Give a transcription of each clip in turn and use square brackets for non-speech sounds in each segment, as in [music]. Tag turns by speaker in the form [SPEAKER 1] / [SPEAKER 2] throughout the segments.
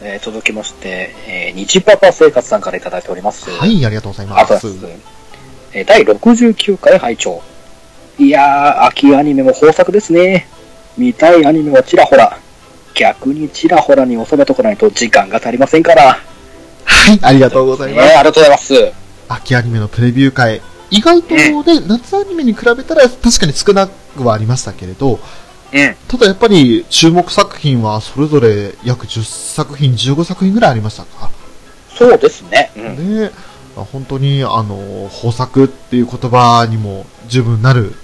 [SPEAKER 1] えー続きまして、えー日パパ生活さんからいただいております。
[SPEAKER 2] は。い、ありがとうございま
[SPEAKER 1] あざっ
[SPEAKER 2] す
[SPEAKER 1] す。。えー第69回拝聴いやー、秋アニメも豊作ですね。見たいアニメはちらほら。逆にちらほらに収めとかないと時間が足りませんから。
[SPEAKER 2] はい、ありがとうござ
[SPEAKER 1] ね
[SPEAKER 2] い
[SPEAKER 1] え、
[SPEAKER 2] ます。
[SPEAKER 1] ありがとうございます。
[SPEAKER 2] 秋アニメのプレビュー会。意外とね、夏アニメに比べたら確かに少なくはありましたけれど、
[SPEAKER 1] うん。
[SPEAKER 2] ただやっぱり注目作品はそれぞれ約10作品、15作品ぐらいありましたか。
[SPEAKER 1] そうですね。うん。
[SPEAKER 2] ね、まあ本当に、あの、豊作っていう言葉にも十分なる、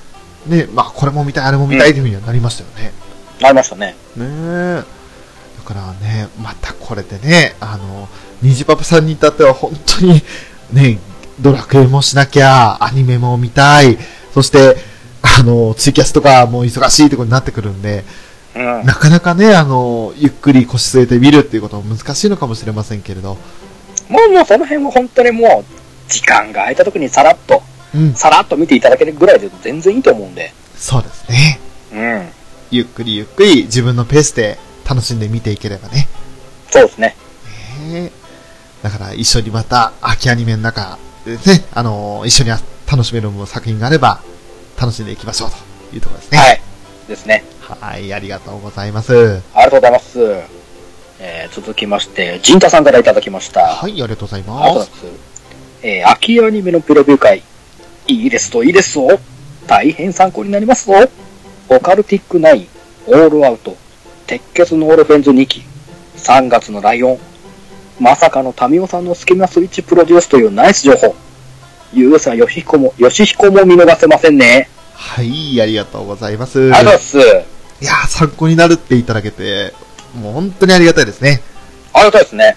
[SPEAKER 2] ね、まあこれも見たい、あれも見たいというふうにはなりましたよね。
[SPEAKER 1] ありましたね。
[SPEAKER 2] ねえ。だからね、またこれでね、あの、ニジパパさんに至っては本当に、ね、ドラクエもしなきゃ、アニメも見たい、そして、あの、ツイキャスとかも忙しいってことになってくるんで、
[SPEAKER 1] うん。
[SPEAKER 2] なかなかね、あの、ゆっくり腰据えて見るっていうことも難しいのかもしれませんけれど、
[SPEAKER 1] もうもうその辺は本当にもう、時間が空いた時にさらっと、
[SPEAKER 2] うん、
[SPEAKER 1] さらっと見ていただけるぐらいで全然いいと思うんで。
[SPEAKER 2] そうですね。
[SPEAKER 1] うん。
[SPEAKER 2] ゆっくりゆっくり自分のペースで楽しんで見ていければね。
[SPEAKER 1] そうですね。
[SPEAKER 2] ねえだから一緒にまた秋アニメの中でね、あのー一緒に楽しめる作品があれば楽しんでいきましょうというところですね。
[SPEAKER 1] はい。ですね。
[SPEAKER 2] はい。ありがとうございます。
[SPEAKER 1] ありがとうございます。えー、続きまして、ジンタさんからいただきました。
[SPEAKER 2] はい、ありがとうござい
[SPEAKER 1] あり
[SPEAKER 2] ま
[SPEAKER 1] がとう
[SPEAKER 2] す。
[SPEAKER 1] ございます。えー、秋アニメのプレビュー会。いいですといいですぞ。大変参考になりますぞ。オカルティックナイン、オールアウト、鉄血のオルフェンズ2期、3月のライオン、まさかの民生さんのスキマスイッチプロデュースというナイス情報。ゆうさん、よしひこも、よしひこも見逃せませんね。
[SPEAKER 2] はい、ありがとうございます。い
[SPEAKER 1] ありがとうござい
[SPEAKER 2] や
[SPEAKER 1] ます。
[SPEAKER 2] ー、参考になるっていただけて、もう本当にありがたいですね。
[SPEAKER 1] ありがたいですね。
[SPEAKER 2] ね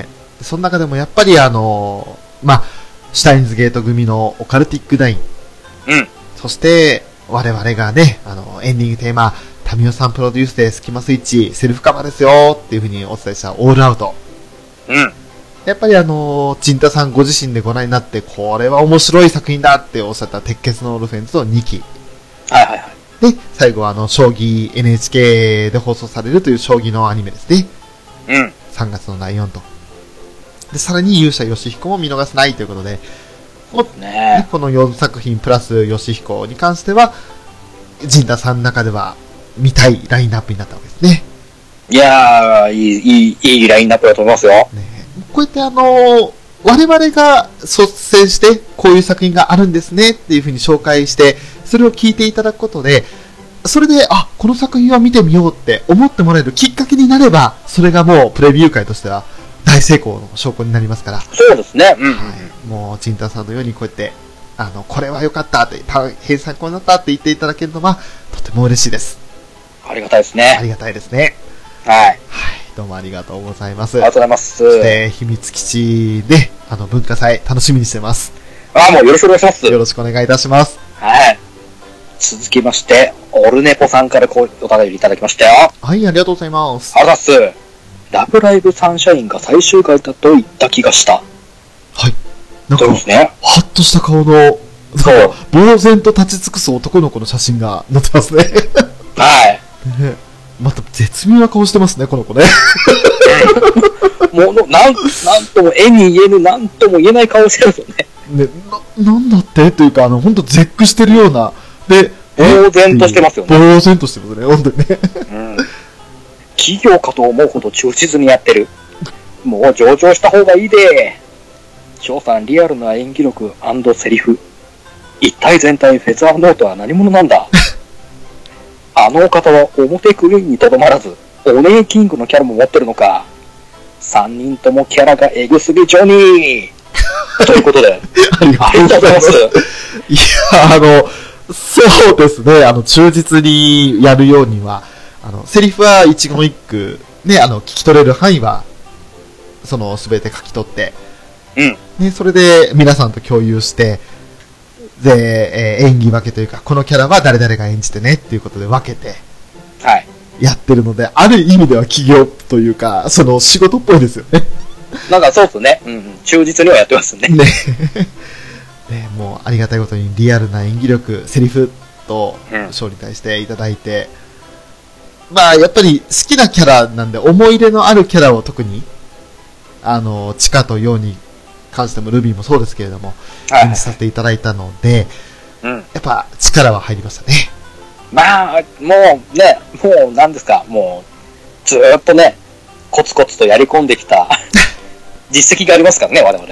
[SPEAKER 2] えその中でもやっぱりあのーまあ、シュタインズゲート組のオカルティックダイン。
[SPEAKER 1] うん。
[SPEAKER 2] そして、我々がね、あの、エンディングテーマ、タミオさんプロデュースでスキマスイッチ、セルフカバーですよっていう風にお伝えしたオールアウト。
[SPEAKER 1] うん。
[SPEAKER 2] やっぱりあの、チンタさんご自身でご覧になって、これは面白い作品だっておっしゃった鉄血のオルフェンズの2期。
[SPEAKER 1] はいはいはい。
[SPEAKER 2] で、最後はあの、将棋 NHK で放送されるという将棋のアニメですね。
[SPEAKER 1] うん。
[SPEAKER 2] 3月のライオンと。で、さらに勇者ヨシヒコも見逃せないということで、もうね
[SPEAKER 1] ね
[SPEAKER 2] この4作品プラス吉彦に関しては、陣田さんの中では見たいラインナップになったわけですね。
[SPEAKER 1] え。いやー、いい、いい、いいラインナップだと思いますよ。
[SPEAKER 2] ねこうやってあのー我々が率先してこういう作品があるんですねっていうふうに紹介して、それを聞いていただくことで、それで、あ、この作品は見てみようって思ってもらえるきっかけになれば、それがもうプレビュー会としては大成功の証拠になりますから、
[SPEAKER 1] そうですね。うん。
[SPEAKER 2] はい、もう、陳太さんのようにこうやって、あの、これは良かったって、大変参考になったって言っていただけるのは、とても嬉しいです。
[SPEAKER 1] ありがたいです
[SPEAKER 2] あ
[SPEAKER 1] ね。
[SPEAKER 2] りがたいですね。
[SPEAKER 1] はい。
[SPEAKER 2] はい、どうもありがとうございます。
[SPEAKER 1] ありがとうございます。
[SPEAKER 2] そして、秘密基地で、あの、文化祭、楽しみにしてます。
[SPEAKER 1] あ、もうよろしくお願いします。
[SPEAKER 2] よろしくお願いいたします。
[SPEAKER 1] はい。続きまして、オルネポさんからこうお便りいただきましたよ。
[SPEAKER 2] はい、ありがとうございます。
[SPEAKER 1] あざっす。ラブライブサンシャインが最終回だと言った気がした。
[SPEAKER 2] なんか
[SPEAKER 1] そうで、すね。
[SPEAKER 2] ハッとした顔の、
[SPEAKER 1] そ
[SPEAKER 2] なん
[SPEAKER 1] う
[SPEAKER 2] か。呆然と立ち尽くす男の子の写真が載ってますね。 [laughs]
[SPEAKER 1] はい。
[SPEAKER 2] ねまた、絶妙な顔してますね、この子ね。
[SPEAKER 1] もう、なん、なんとも、絵に言えぬ、なんとも言えない顔してるんですよね。
[SPEAKER 2] ね、な、なんだってというか、あの、ほんと絶句してるような、で、
[SPEAKER 1] 呆然としてますよね
[SPEAKER 2] 呆然としてますね、ほんとにね。 [laughs]
[SPEAKER 1] うん。企業かと思うほど忠実にやってる。もう上場した方がいいで。翔さん、リアルな演技力セリフ。一体全体フェザーノートは何者なん [laughs] だあのお方は表クイーンにとどまらず、お姉キングのキャラも持ってるのか。三人ともキャラがエグすぎジョニーということで、
[SPEAKER 2] あり
[SPEAKER 1] [laughs]
[SPEAKER 2] が
[SPEAKER 1] ありがとうございます。
[SPEAKER 2] いや、あの、そうですね、あの、忠実にやるようには、あの、セリフは一言一句、ね、あの、聞き取れる範囲は、その、すべて書き取って、
[SPEAKER 1] うん。
[SPEAKER 2] ね、それで皆さんと共有して、で、えー演技分けというか、このキャラは誰々が演じてねっていうことで分けて、
[SPEAKER 1] はい。
[SPEAKER 2] やってるので、ある意味では企業というか、その仕事っぽいですよね。
[SPEAKER 1] なんかそうっすね。うんうん。忠実にはやってますね。
[SPEAKER 2] ね。 [laughs] ねもうありがたいことにリアルな演技力、セリフと
[SPEAKER 1] うん
[SPEAKER 2] 勝利に対していただいて、まあ、やっぱり好きなキャラなんで、思い入れのあるキャラを特に、あの、地下とヨウに関しても、ルビーもそうですけれども、
[SPEAKER 1] はい
[SPEAKER 2] 演じさせていただいたので、
[SPEAKER 1] うん。
[SPEAKER 2] やっぱ力は入りましたね。 [laughs]
[SPEAKER 1] まあ、もうね、もう何ですか、もう、ずーっとね、コツコツとやり込んでき [laughs] た実績がありますからね、我々。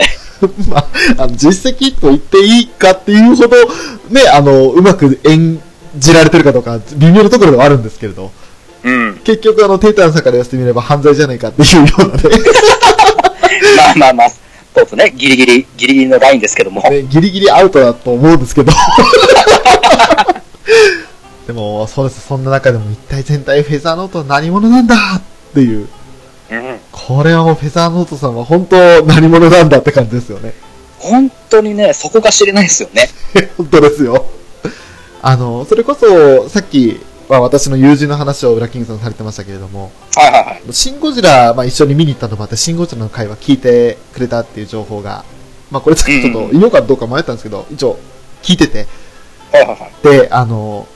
[SPEAKER 2] まあ、あの実績と言っていいかっていうほど、ね、あの、うまく演じられてるかどうか、微妙なところではあるんですけれど、
[SPEAKER 1] うん。
[SPEAKER 2] 結局、あの、テイタンさんからやってみれば犯罪じゃないかっていうようなね、
[SPEAKER 1] まあまあまあ、そうですね、ギリギリ、ギリギリのラインですけども。
[SPEAKER 2] ねギリギリアウトだと思うんですけど。 [laughs] でも、そうです。そんな中でも一体全体フェザーノートは何者なんだっていう。
[SPEAKER 1] うん。
[SPEAKER 2] これはもうフェザーノートさんは本当何者なんだって感じですよね。 [laughs]
[SPEAKER 1] 本当にね、そこが知れないですよね。
[SPEAKER 2] 本当ですよ。あの、それこそ、さっきは私の友人の話を裏キングさんされてましたけれども、
[SPEAKER 1] はいはいはい。
[SPEAKER 2] シン・ゴジラ、まあ、一緒に見に行ったのもあって、シン・ゴジラの会話聞いてくれたっていう情報が、まあ、これさっきちょっと言おうかどうか迷ったんですけど、一応聞いてて、
[SPEAKER 1] はいはいはい。
[SPEAKER 2] で、あの、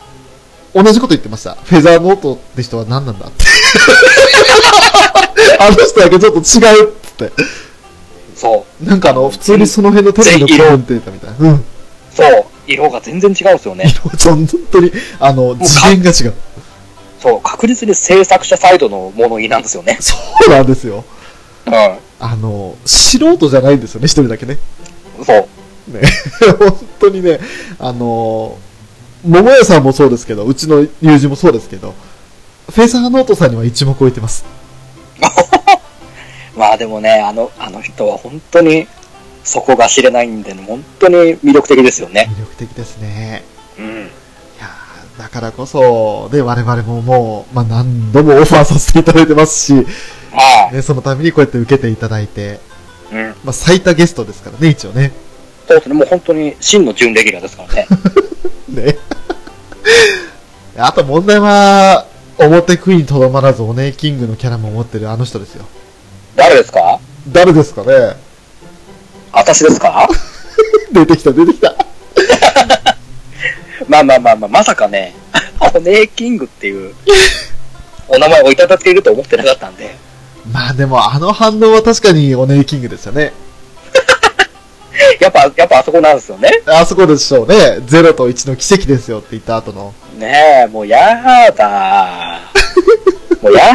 [SPEAKER 2] 同じこと言ってました。フェザーノートって人は何なんだ [laughs] って。あの人だけちょっと違うっつって。
[SPEAKER 1] そう。
[SPEAKER 2] なんかあの、普通にその辺のテレビのコメンテーターみたいな。うん。
[SPEAKER 1] そう。色が全然違うんですよね。
[SPEAKER 2] 本当に、あの、
[SPEAKER 1] か
[SPEAKER 2] 次元が違う。
[SPEAKER 1] そう。確実に制作者サイドの物言いなんですよね。
[SPEAKER 2] そうなんですよ。
[SPEAKER 1] う
[SPEAKER 2] あの、素人じゃないんですよね、一人だけね。
[SPEAKER 1] ん。そう。
[SPEAKER 2] ね [laughs] 本当にね、あの、桃屋さんもそうですけど、うちの友人もそうですけど、フェザーノートさんには一目置いてます。
[SPEAKER 1] まあでもね、あの、あの人は本当に、そこが知れないんで、本当に魅力的ですよね。
[SPEAKER 2] 魅力的ですね。
[SPEAKER 1] うん。
[SPEAKER 2] いやーだからこそ、で、我々ももう、まあ、何度もオファーさせていただいてますし、
[SPEAKER 1] はい。
[SPEAKER 2] ね、そのためにこうやって受けていただいて、
[SPEAKER 1] うん。
[SPEAKER 2] まあ、最多ゲストですからね、一応ね。
[SPEAKER 1] そうですね、もう本当に真の準レギュラーですからね。 [laughs]
[SPEAKER 2] ね。 [laughs] あと問題は、表クイーンにとどまらず、オネエキングのキャラも持ってるあの人ですよ。
[SPEAKER 1] 誰ですか
[SPEAKER 2] 誰ですかね [laughs]
[SPEAKER 1] 私ですか
[SPEAKER 2] 出てきた、出てきた。
[SPEAKER 1] まあまあまあまあ、まさかね、 [laughs] オネーキングって [laughs] いう、お名前をいただけると思ってなかったんで、
[SPEAKER 2] まあでも、あの反応は確かにオネエキングですよね。
[SPEAKER 1] やっぱ、やっぱあそこなんですよね。
[SPEAKER 2] あそこでしょうね。0と1の奇跡ですよって言った後の。 [laughs]
[SPEAKER 1] ねえ、もうや [laughs] だー。もうや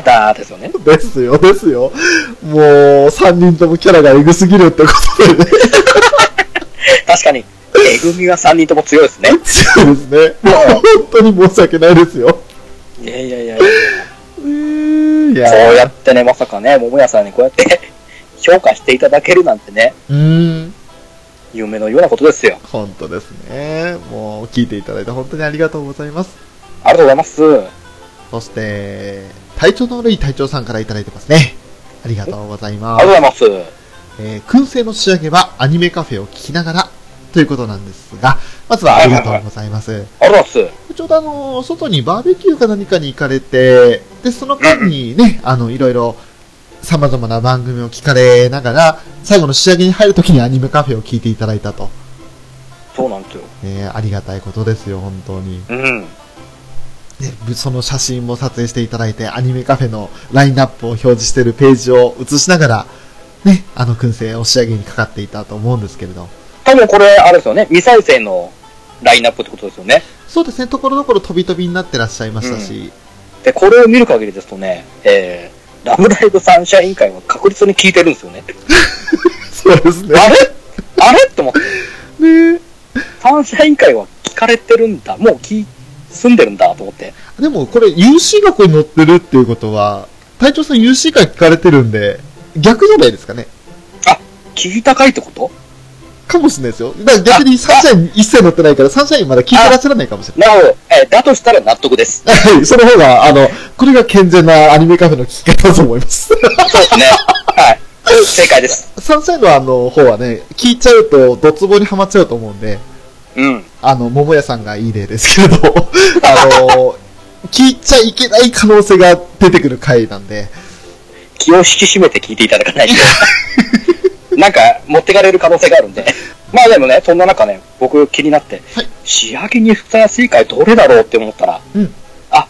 [SPEAKER 1] だーですよね。
[SPEAKER 2] ですよ、ですよ。もう、三人ともキャラがエグすぎるってこと [laughs] でね、
[SPEAKER 1] 確かに、えぐみは3人とも強いですね。
[SPEAKER 2] 強いですね。もう本当に申し訳ないですよ。
[SPEAKER 1] いやいやいやいや。
[SPEAKER 2] えー、い
[SPEAKER 1] そうや
[SPEAKER 2] や
[SPEAKER 1] ってね、まさかね、桃屋さんにこうやって [laughs] 評価していただけるなんてね、
[SPEAKER 2] うーん、
[SPEAKER 1] 夢のようなことですよ。
[SPEAKER 2] 本当ですね。もう、聞いていただいて本当にありがとうございます。
[SPEAKER 1] ありがとうございます。
[SPEAKER 2] そして、体調の悪い隊長さんからいただいてますね。ありがとうございま
[SPEAKER 1] ありがとう
[SPEAKER 2] す。
[SPEAKER 1] ございます。
[SPEAKER 2] えー、燻製の仕上げはアニメカフェを聞きながらということなんですが、まずはありがとうございます。
[SPEAKER 1] ありがとうございま
[SPEAKER 2] ちょうどあの、外にバーベキューか何かに行かれて、で、その間にね、あの、いろいろ、様々な番組を聞かれながら、最後の仕上げに入るときにアニメカフェを聞いていただいたと。
[SPEAKER 1] す。そうなんですよ。
[SPEAKER 2] えーありがたいことですよ、本当に。
[SPEAKER 1] うん。
[SPEAKER 2] で、ぶその写真も撮影していただいて、アニメカフェのラインナップを表示しているページを映しながら、ね、あの燻製を仕上げにかかっていたと思うんですけれど。
[SPEAKER 1] 多分これ、あれですよね、未再生のラインナップってことですよね。
[SPEAKER 2] そうですね、ところどころ飛び飛びになってらっしゃいましたし、
[SPEAKER 1] で、これを見る限りですとね、えー、ラブライブサンシャイン会は確実に聞いてるんですよね。
[SPEAKER 2] そうですね。
[SPEAKER 1] あれあれと思って、
[SPEAKER 2] ね
[SPEAKER 1] サンシャイン会は聞かれてるんだ。もう聞い、住んでるんだと思って。
[SPEAKER 2] でもこれ UC がここに載ってるっていうことは、隊長さん UC が聞かれてるんで、逆じゃないですかね。
[SPEAKER 1] 聞いたかいってこと
[SPEAKER 2] かもしれないですよ。だから逆にサンシャイン一切載ってないから、サンシャインまだ聞いてらっしゃらないかもしれない。
[SPEAKER 1] なるほど。えーだとしたら納得です。
[SPEAKER 2] はい、その方が、あの、これが健全なアニメカフェの聞き方だと思います。
[SPEAKER 1] そうですね。はい。正解です。
[SPEAKER 2] [laughs] サンシャインのあの方はね、聞いちゃうと、ドツボにはまっちゃうと思うんで、
[SPEAKER 1] うん。
[SPEAKER 2] あの、桃屋さんがいい例ですけれど、 [laughs] あの、聞いちゃいけない可能性が出てくる回なんで、
[SPEAKER 1] 気を引き締めて聞いていただかない [laughs] と。なんか、持ってかれる可能性があるんで。まあでもね、そんな中ね、僕気になって、
[SPEAKER 2] はい
[SPEAKER 1] 仕上げにふさわしい回どれだろうって思ったら、
[SPEAKER 2] うん
[SPEAKER 1] あ、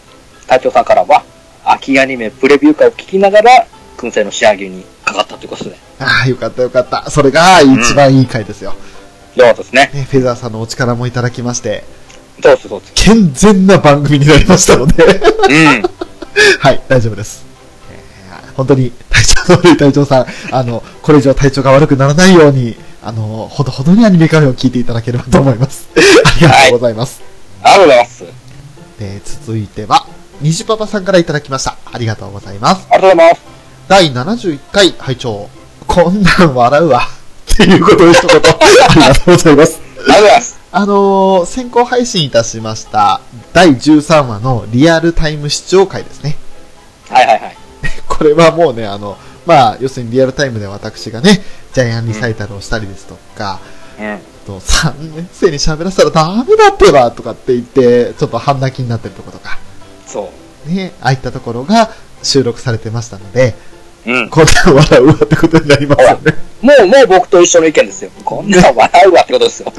[SPEAKER 1] 隊長さんからは、秋アニメプレビュー会を聞きながら、燻製の仕上げにかかったということですね。
[SPEAKER 2] ああ、よかったよかった。それが一番いい回ですよ。
[SPEAKER 1] よかったですね。
[SPEAKER 2] ね、フェザーさんのお力もいただきまして、
[SPEAKER 1] そうです、そうです。
[SPEAKER 2] 健全な番組になりましたので、 [laughs]
[SPEAKER 1] うん。
[SPEAKER 2] はい、大丈夫です。えー本当に、体調の悪い隊長さん、あの、これ以上体調が悪くならないように、あの、ほどほどにアニメカフェを聞いていただければと思います。ありがとうございます。
[SPEAKER 1] ありがとうございます。あり
[SPEAKER 2] で続いては、にじパパさんからいただきました。ありがとうございます。
[SPEAKER 1] がとうございます。
[SPEAKER 2] 第71回拝聴こんなん笑うわ。っていうことで一言、ありがとうございます。
[SPEAKER 1] ありがとうございます。
[SPEAKER 2] あのー先行配信いたしました、第13話のリアルタイム視聴会ですね。
[SPEAKER 1] はいはいはい。
[SPEAKER 2] これはもうね、あの、まあ、要するにリアルタイムで私がね、ジャイアンリサイタルをしたりですとか、
[SPEAKER 1] うん。
[SPEAKER 2] あと3年生に喋らせたらダメだってばとかって言って、ちょっと半泣きになってるとことか、
[SPEAKER 1] そ
[SPEAKER 2] ね、ああいったところが収録されてましたので、
[SPEAKER 1] う。うん。
[SPEAKER 2] こんなん笑うわってことになりますよね。
[SPEAKER 1] もう、もう僕と一緒の意見ですよ。こんなん笑うわってことですよ。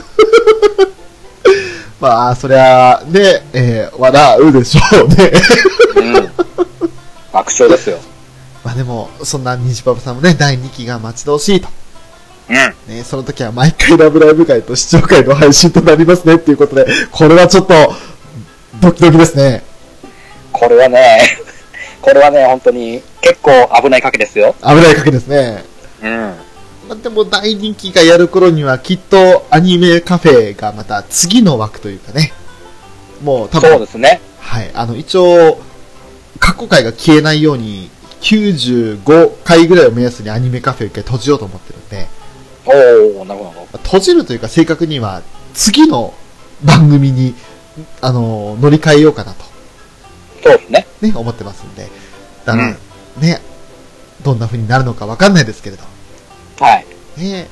[SPEAKER 2] まあ、そりゃ、ね、えー笑うでしょうね。
[SPEAKER 1] うん。爆笑ですよ。
[SPEAKER 2] [laughs] まあでも、そんな虹パパさんもね、第2期が待ち遠しいと。
[SPEAKER 1] うん。
[SPEAKER 2] ね、その時は毎回ラブライブ会と視聴会の配信となりますねっていうことで、これはちょっと、ドキドキですね。
[SPEAKER 1] これはね、 [laughs] これはね、本当に結構危ない賭けですよ。
[SPEAKER 2] 危ない賭けですね。
[SPEAKER 1] うん。
[SPEAKER 2] まあ、でも大人気がやる頃にはきっとアニメカフェがまた次の枠というかね。もう多
[SPEAKER 1] そう
[SPEAKER 2] 分、
[SPEAKER 1] ですね。
[SPEAKER 2] はい、あの一応、過去回が消えないように、95回ぐらいを目安にアニメカフェを一回閉じようと思ってるんで、
[SPEAKER 1] おー、なるほどなるほど。
[SPEAKER 2] 閉じるというか正確には次の番組に、あの、乗り換えようかなと。
[SPEAKER 1] そうですね。
[SPEAKER 2] ね、思ってますんで。だから、
[SPEAKER 1] うん
[SPEAKER 2] ね、どんな風になるのかわかんないですけれど。
[SPEAKER 1] はい。
[SPEAKER 2] ね、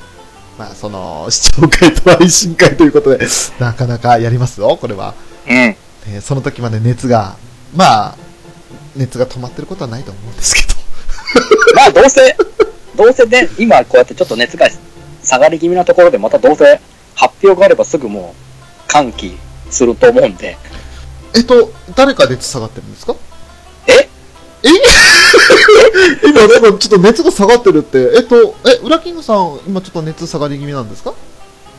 [SPEAKER 2] まあ、その、視聴会と配信会ということで、なかなかやりますよ、これは。
[SPEAKER 1] うん。
[SPEAKER 2] ね、その時まで熱が、まあ、熱が止まってることはないと思うんですけど。
[SPEAKER 1] まあ、どうせ、 [laughs] どうせね、今こうやってちょっと熱が下がり気味なところで、またどうせ発表があればすぐもう歓喜すると思うんで。
[SPEAKER 2] えっと、誰か熱下がってるんですか
[SPEAKER 1] え
[SPEAKER 2] え [laughs] 今、なんかちょっと熱が下がってるって、えっと、え、裏キングさん、今ちょっと熱下がり気味なんですか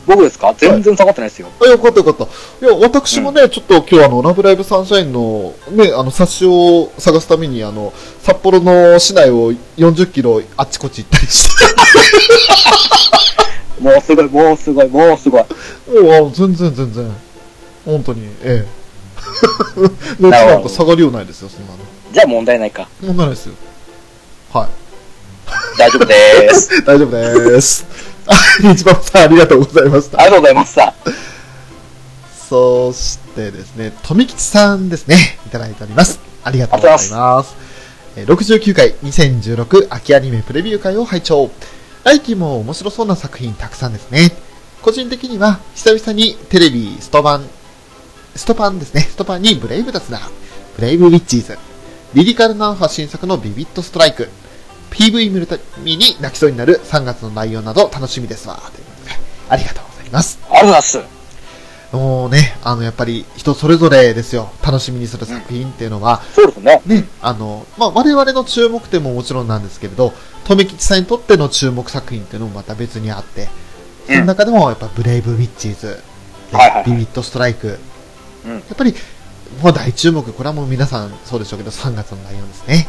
[SPEAKER 1] 僕ですか全然下がってないですよ。
[SPEAKER 2] あ、よかったよかった。いや、私もね、ちょっと今日あの、ラブライブサンシャインの、ね、あの、冊子を探すために、あの、札幌の市内を40キロあっちこっち行ったりして、 [laughs]
[SPEAKER 1] もうすごい、もうすごい、もうすごい。
[SPEAKER 2] もう、あ全然全然。本当に、ええ。 [laughs] 熱なんか下がりようないですよ、そんなの。
[SPEAKER 1] じゃあ問題ないか。
[SPEAKER 2] 問題ないですよ。はい。
[SPEAKER 1] 大丈夫でー [laughs] す。
[SPEAKER 2] 大丈夫です。 [laughs] あ、日馬さんありがとうございまし
[SPEAKER 1] あり
[SPEAKER 2] た。
[SPEAKER 1] がとうございました。
[SPEAKER 2] そしてですね、富吉さんですね、いただいております。ありがとうございます。えー69回2016秋アニメプレビュー会を拝聴。来期も面白そうな作品たくさんですね。個人的には久々にテレビストバン、ストパンですね、ストパンにブレイブダスだ。ブレイブウィッチーズ。リリカルナンファ新作のビビットストライク。PV 見るたびに泣きそうになる3月の内容など楽しみですわ。ということでありがとうございます。
[SPEAKER 1] ありがとうございます。
[SPEAKER 2] もうね、あの、やっぱり人それぞれですよ。楽しみにする作品っていうのは、
[SPEAKER 1] そうですね。
[SPEAKER 2] ね、あの、まあ、我々の注目点ももちろんなんですけれど、富吉さんにとっての注目作品っていうのもまた別にあって、
[SPEAKER 1] うん
[SPEAKER 2] その中でもやっぱブレイブウィッチーズ、で
[SPEAKER 1] はいはいはい
[SPEAKER 2] ビビットストライク、
[SPEAKER 1] うん
[SPEAKER 2] やっぱり、もう大注目、これはもう皆さんそうでしょうけど、3月の内容ですね。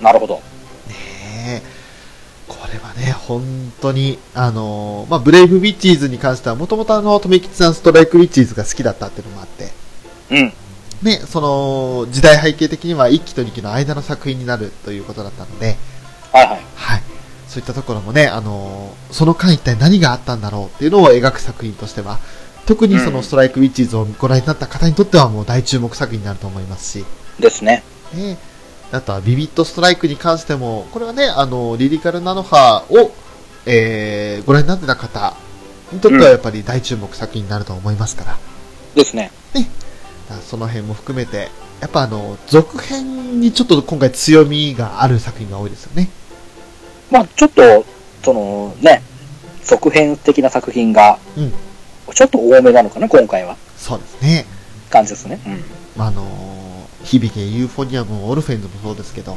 [SPEAKER 1] なるほど。
[SPEAKER 2] ねえこれはね、本当に、あのーまあ、ブレイブウィッチーズに関しては、もともとあの、富吉さんストライクウィッチーズが好きだったっていうのもあって、
[SPEAKER 1] うん。
[SPEAKER 2] ね、その、時代背景的には1期と2期の間の作品になるということだったので、
[SPEAKER 1] はいはい。
[SPEAKER 2] はい。そういったところもね、あのーその間一体何があったんだろうっていうのを描く作品としては、特にそうの
[SPEAKER 1] ん
[SPEAKER 2] ストライクウィッチーズをご覧になった方にとってはもう大注目作品になると思いますし、
[SPEAKER 1] ですね。
[SPEAKER 2] ね、あとはビビットストライクに関しても、これはね、あの、リリカルナノハを、えー、ご覧になってた方にとってはやっぱり大注目作品になると思いますから、
[SPEAKER 1] ですね。
[SPEAKER 2] だからその辺も含めて、やっぱあの、続編にちょっと今回強みがある作品が多いですよね。
[SPEAKER 1] まあちょっと、そのね、続編的な作品が
[SPEAKER 2] うん、
[SPEAKER 1] ちょっと多めなのかな、今回は。
[SPEAKER 2] そうですね。
[SPEAKER 1] 感じですね。うん。
[SPEAKER 2] まあ、あのー響け、ユーフォニアムもオルフェンズもそうですけど、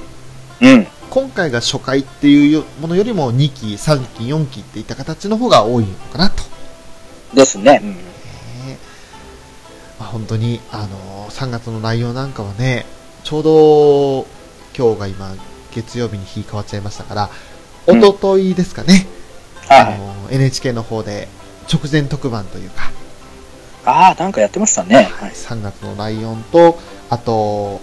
[SPEAKER 1] うん。
[SPEAKER 2] 今回が初回っていうよものよりも2期、3期、4期っていった形の方が多いのかなと。
[SPEAKER 1] ですね。うん。
[SPEAKER 2] ねまあ、本当に、あのー3月の内容なんかはね、ちょうど今日が今、月曜日に日変わっちゃいましたから、
[SPEAKER 1] うん
[SPEAKER 2] 一昨日ですかね、あ
[SPEAKER 1] はい。
[SPEAKER 2] のー NHK の方で直前特番というか、
[SPEAKER 1] ああ、なんかやってましたね。はい。
[SPEAKER 2] 3月のライオンと、あと、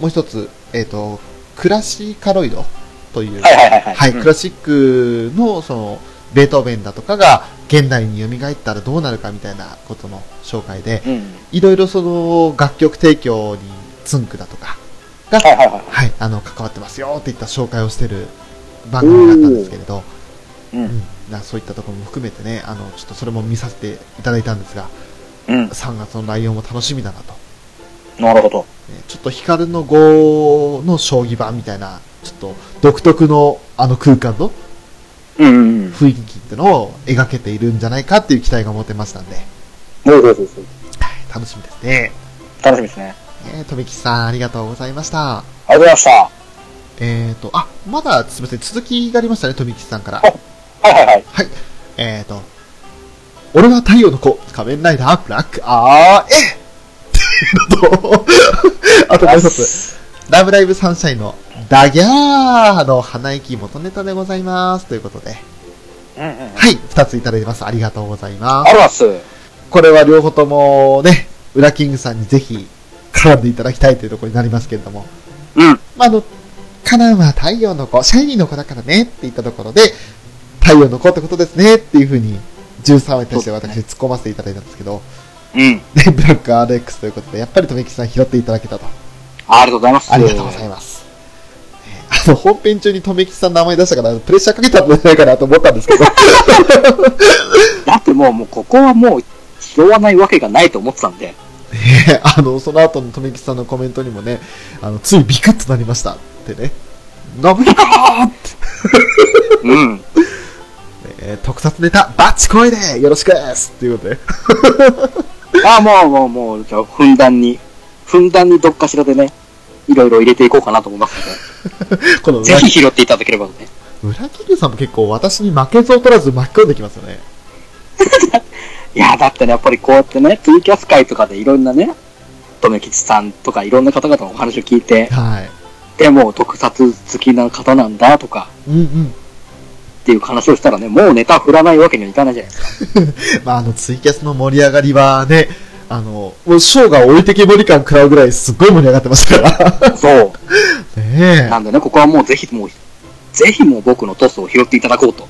[SPEAKER 2] もう一つ、えっ、と、クラシカロイドという、
[SPEAKER 1] はいはいはいはい。
[SPEAKER 2] はい、
[SPEAKER 1] うん
[SPEAKER 2] クラシックの、その、ベートーベンだとかが現代に蘇ったらどうなるかみたいなことの紹介で、
[SPEAKER 1] うん。
[SPEAKER 2] いろいろその楽曲提供にツンクだとか、
[SPEAKER 1] はいはいは
[SPEAKER 2] はい、あの、関わってますよっていった紹介をしてる番組だったんですけれど、
[SPEAKER 1] い。う
[SPEAKER 2] うん
[SPEAKER 1] ん。
[SPEAKER 2] なそういったところも含めてね、あの、ちょっとそれも見させていただいたんですが、
[SPEAKER 1] うん。
[SPEAKER 2] 3月の内容も楽しみだなと。
[SPEAKER 1] なるほど。
[SPEAKER 2] ねちょっと光の碁の将棋盤みたいな、ちょっと独特のあの空間の
[SPEAKER 1] うんうんうん。
[SPEAKER 2] 雰囲気ってのを描けているんじゃないかっていう期待が持てましたんで、はい、
[SPEAKER 1] もうそうそうそう。
[SPEAKER 2] 楽しみですね。
[SPEAKER 1] 楽しみですね。
[SPEAKER 2] えー、とびきさん、ありがとうございました。
[SPEAKER 1] ありがとうございました。
[SPEAKER 2] えーと、あ、まだ、すみません、続きがありましたね、富吉さんから。
[SPEAKER 1] あはいはいはい。
[SPEAKER 2] はい。えーと、俺は太陽の子、仮面ライダー、ブラック、あー、え [laughs] っていうのと、あともう一つ、ラブライブサンシャインの、ダギャーの鼻息元ネタでございます。ということで、
[SPEAKER 1] うんうんうん。
[SPEAKER 2] はい、二ついただいてます。ありがとうございま
[SPEAKER 1] あり
[SPEAKER 2] す。
[SPEAKER 1] がとうございます。
[SPEAKER 2] これは両方ともね、ウラキングさんにぜひ、絡んでいただきたいというところになりますけれども。
[SPEAKER 1] うん。
[SPEAKER 2] まあ、あの、カナンは太陽の子、シャイニーの子だからねって言ったところで、太陽の子ってことですねっていうふうに、13話に対して私突っ込ませていただいたんですけど、
[SPEAKER 1] うん。
[SPEAKER 2] で、ブラック RX ということで、やっぱり富木さん拾っていただけたと。
[SPEAKER 1] ありがとうございます。
[SPEAKER 2] ありがとうございます。ねあの、本編中に富木さんの名前出したから、プレッシャーかけたんじゃないかなと思ったんですけど、
[SPEAKER 1] す。だってもう、もうここはもう、拾わないわけがないと思ってたんで。
[SPEAKER 2] ねあの、その後の富木さんのコメントにもね、あの、ついビクッとなりましたってね、信彦ーって
[SPEAKER 1] うん。
[SPEAKER 2] えー特撮ネタ、バッチ声でよろしくですっていうことで。
[SPEAKER 1] [laughs] ああ、もうもうもう、じゃあ、ふんだんに、ふんだんにどっかしらでね、いろいろ入れていこうかなと思いますので。
[SPEAKER 2] この
[SPEAKER 1] ぜ
[SPEAKER 2] 裏
[SPEAKER 1] ひ拾っていただければね。
[SPEAKER 2] 裏切りさんも結構私に負けず劣らず巻き込んできますよね。
[SPEAKER 1] いや、だってね、やっぱりこうやってね、ツイキャス会とかでいろんなね、とめきちさんとかいろんな方々のお話を聞いて、
[SPEAKER 2] はい。
[SPEAKER 1] でも特撮好きな方なんだとか
[SPEAKER 2] うんうん。
[SPEAKER 1] っていう話をしたらね、もうネタ振らないわけにはいかないじゃないですか。
[SPEAKER 2] まあ、あの、ツイキャスの盛り上がりはね、あの、もうショーが置いてけぼり感食らうぐらいすっごい盛り上がってました [laughs] から。
[SPEAKER 1] そ
[SPEAKER 2] ね
[SPEAKER 1] う。なんでね、ここはもうぜひもう、ぜひもう僕のトスを拾っていただこうと。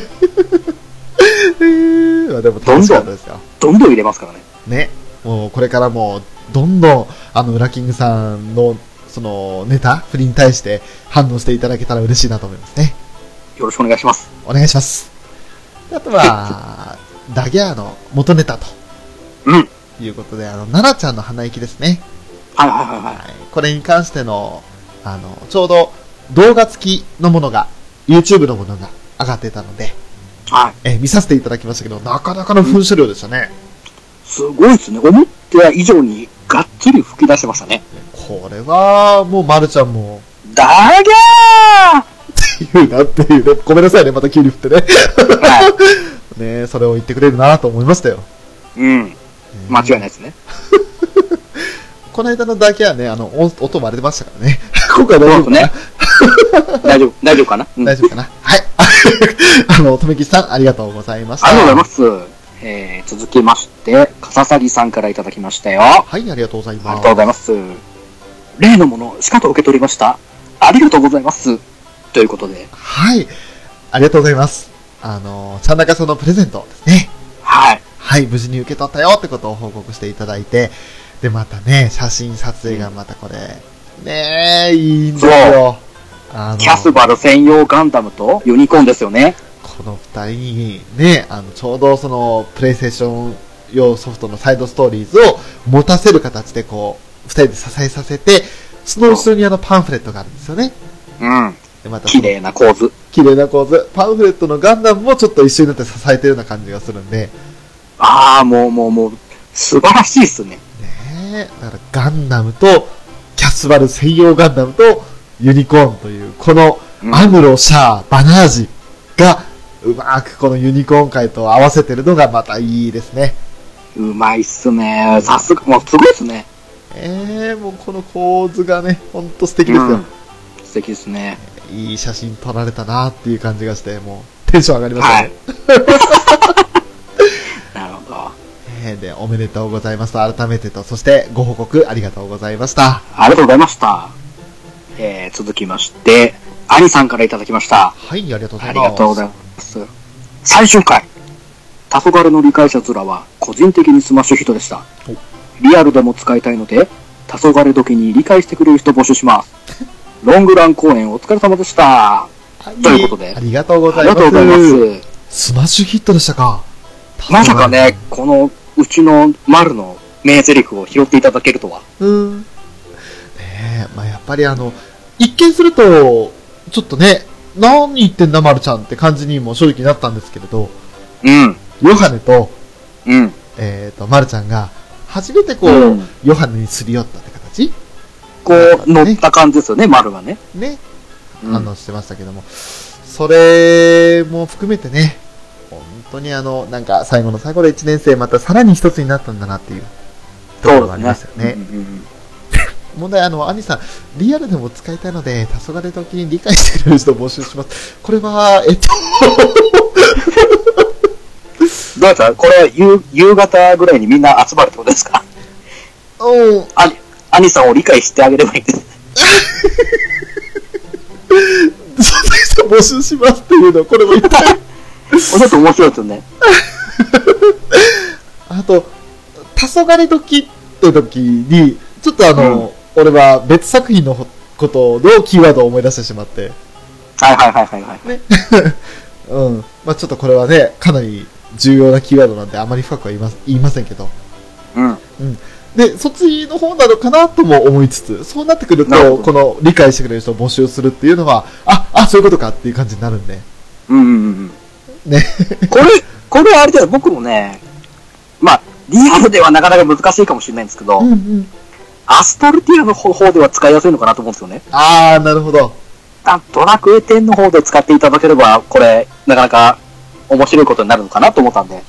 [SPEAKER 2] え。えー [laughs] まあでも楽しかったですよ。
[SPEAKER 1] どんどん入れますからね。
[SPEAKER 2] ね。もうこれからもう、どんどん、あの、裏キングさんの、その、ネタ、振りに対して反応していただけたら嬉しいなと思いますね。
[SPEAKER 1] よろしくお願いします。
[SPEAKER 2] お願いします。あと [laughs] は、ダギャーの元ネタと
[SPEAKER 1] うん。はい
[SPEAKER 2] いうことで、あの、奈々ちゃんの鼻息ですね。
[SPEAKER 1] はいはいはい。
[SPEAKER 2] はい。これに関しての、あの、ちょうど動画付きのものが、YouTube のものが上がってたので、
[SPEAKER 1] はい。
[SPEAKER 2] えー見させていただきましたけど、なかなかの噴射量でしたね。
[SPEAKER 1] すごいですね。思った以上にがっつり吹き出してましたね。
[SPEAKER 2] これは、もう、まるちゃんも、
[SPEAKER 1] ダーギャ
[SPEAKER 2] 言うなっていうね。ごめんなさいね、また急に振ってね。
[SPEAKER 1] ーはい。
[SPEAKER 2] ねそれを言ってくれるなと思いましたよ。
[SPEAKER 1] うん。間違いない
[SPEAKER 2] い。
[SPEAKER 1] ですね。
[SPEAKER 2] この間のダギャーね、あの、音音割れてましたからね。今回大丈
[SPEAKER 1] そう
[SPEAKER 2] 夫かな
[SPEAKER 1] ね。大丈夫、大丈夫かな、うん
[SPEAKER 2] 大丈夫かなはい。 [laughs] あの、とめきさん、ありがとうございました。
[SPEAKER 1] ありがとうございます。えー、続きまして、笠さりさんからいただきましたよ。あ
[SPEAKER 2] はい、ありがとうござい
[SPEAKER 1] りが
[SPEAKER 2] ま
[SPEAKER 1] とうご
[SPEAKER 2] す。
[SPEAKER 1] ざいます。例のもの、しかと受け取りました。ありがとうございます。ということで、
[SPEAKER 2] はい。ありがとうございます。あの、ちゃんなかさんのプレゼントですね。
[SPEAKER 1] はい。
[SPEAKER 2] はい、無事に受け取ったよってことを報告していただいて、で、またね、写真撮影がまたこれ、ねえ、いいんですよ。あの
[SPEAKER 1] キャスバル専用ガンダムとユニコーンですよね。
[SPEAKER 2] この二人に、ね、あの、ちょうどその、プレイステーション用ソフトのサイドストーリーズを持たせる形でこう、二人で支えさせて、その後ろにあのパンフレットがあるんですよね。
[SPEAKER 1] うん。
[SPEAKER 2] で、またそ
[SPEAKER 1] 綺
[SPEAKER 2] の
[SPEAKER 1] 麗な構図。
[SPEAKER 2] 綺麗な構図。パンフレットのガンダムもちょっと一緒になって支えてるような感じがするんで、
[SPEAKER 1] ああ、もうもうもう、素晴らしいっすね。
[SPEAKER 2] ねえ、だからガンダムとスバル専用ガンダムとユニコーンという、この
[SPEAKER 1] うん
[SPEAKER 2] アムロ、シャー、バナージが、うまくこのユニコーン界と合わせてるのがまたいいですね。
[SPEAKER 1] うまいっすね。さすが、もうすごいっすね。
[SPEAKER 2] えー、もうこの構図がね、ほんと素敵ですよ。
[SPEAKER 1] うん素敵ですね。
[SPEAKER 2] いい写真撮られたなっていう感じがして、もうテンション上がりますよね。
[SPEAKER 1] はい。 [laughs] なるほど。
[SPEAKER 2] えーで、おめでとうございますと改めてと、そしてご報告ありがとうございました。
[SPEAKER 1] ありがとうございました。えー、続きまして、アニさんからいただきました。
[SPEAKER 2] はい、ありがとうござ
[SPEAKER 1] あ
[SPEAKER 2] い
[SPEAKER 1] り
[SPEAKER 2] ます。
[SPEAKER 1] がとうございます。最終回。黄昏の理解者面は個人的にスマッシュヒットでした
[SPEAKER 2] お。
[SPEAKER 1] リアルでも使いたいので、黄昏時に理解してくれる人募集します。ロングラン公演お疲れ様でした。あ
[SPEAKER 2] はい
[SPEAKER 1] ということで
[SPEAKER 2] ありがとうござ
[SPEAKER 1] り
[SPEAKER 2] いま
[SPEAKER 1] が
[SPEAKER 2] す。
[SPEAKER 1] とうございます。
[SPEAKER 2] スマッシュヒットでしたか。
[SPEAKER 1] まさかね、このうちの丸の名台詞を拾っていただけるとは。
[SPEAKER 2] うん。ねえ、まあやっぱりあの、一見すると、ちょっとね、何言ってんだ、まるちゃんって感じにも正直なったんですけれど、
[SPEAKER 1] うん、
[SPEAKER 2] ヨハネと、
[SPEAKER 1] うん。
[SPEAKER 2] えっ、と、まるちゃんが、初めてこう、
[SPEAKER 1] うん
[SPEAKER 2] ヨハネにすり寄ったって形
[SPEAKER 1] こう、乗った感じですよね、丸がね。
[SPEAKER 2] ね、
[SPEAKER 1] うん
[SPEAKER 2] 反応してましたけども、それも含めてね、本当にあの、なんか最後の最後で1年生またさらに一つになったんだなっていうところがありますよね。
[SPEAKER 1] うんうんうん
[SPEAKER 2] 問題、あの、アニさん、リアルでも使いたいので、黄昏時に理解してくれる人を募集します。これは、えっと、
[SPEAKER 1] どうやったこれ夕、夕方ぐらいにみんな集まるってことですか
[SPEAKER 2] うん、 [laughs]
[SPEAKER 1] あ兄さんを理解してあげればいいん [laughs] です。
[SPEAKER 2] そんな人募集しますっていうの、これも言った。
[SPEAKER 1] ちょっと面白いですよね。
[SPEAKER 2] あと、黄昏時って時に、ちょっとあの、俺は別作品のほことのキーワードを思い出してしまって、
[SPEAKER 1] はいはいはいはいはい。
[SPEAKER 2] うん。まあちょっとこれはね、かなり重要なキーワードなんで、あまり深くは言いま言いませんけど。
[SPEAKER 1] うん。
[SPEAKER 2] で、そっちの方なのかなとも思いつつ、そうなってくる
[SPEAKER 1] なる
[SPEAKER 2] と、
[SPEAKER 1] ほど
[SPEAKER 2] この理解してくれる人を募集するっていうのは、あ、あ、そういうことかっていう感じになるんで。
[SPEAKER 1] うんうんうんうん。
[SPEAKER 2] ね。
[SPEAKER 1] これ、これあれだよ、僕もね、まあ、リアルではなかなか難しいかもしれないんですけど、
[SPEAKER 2] うんうん。
[SPEAKER 1] アストルティアの方方では使いやすいのかなと思うんですよね。
[SPEAKER 2] [laughs] あー、なるほど。
[SPEAKER 1] あドラクエ10の方で使っていただければ、これ、なかなか面白いことになるのかなと思ったんで、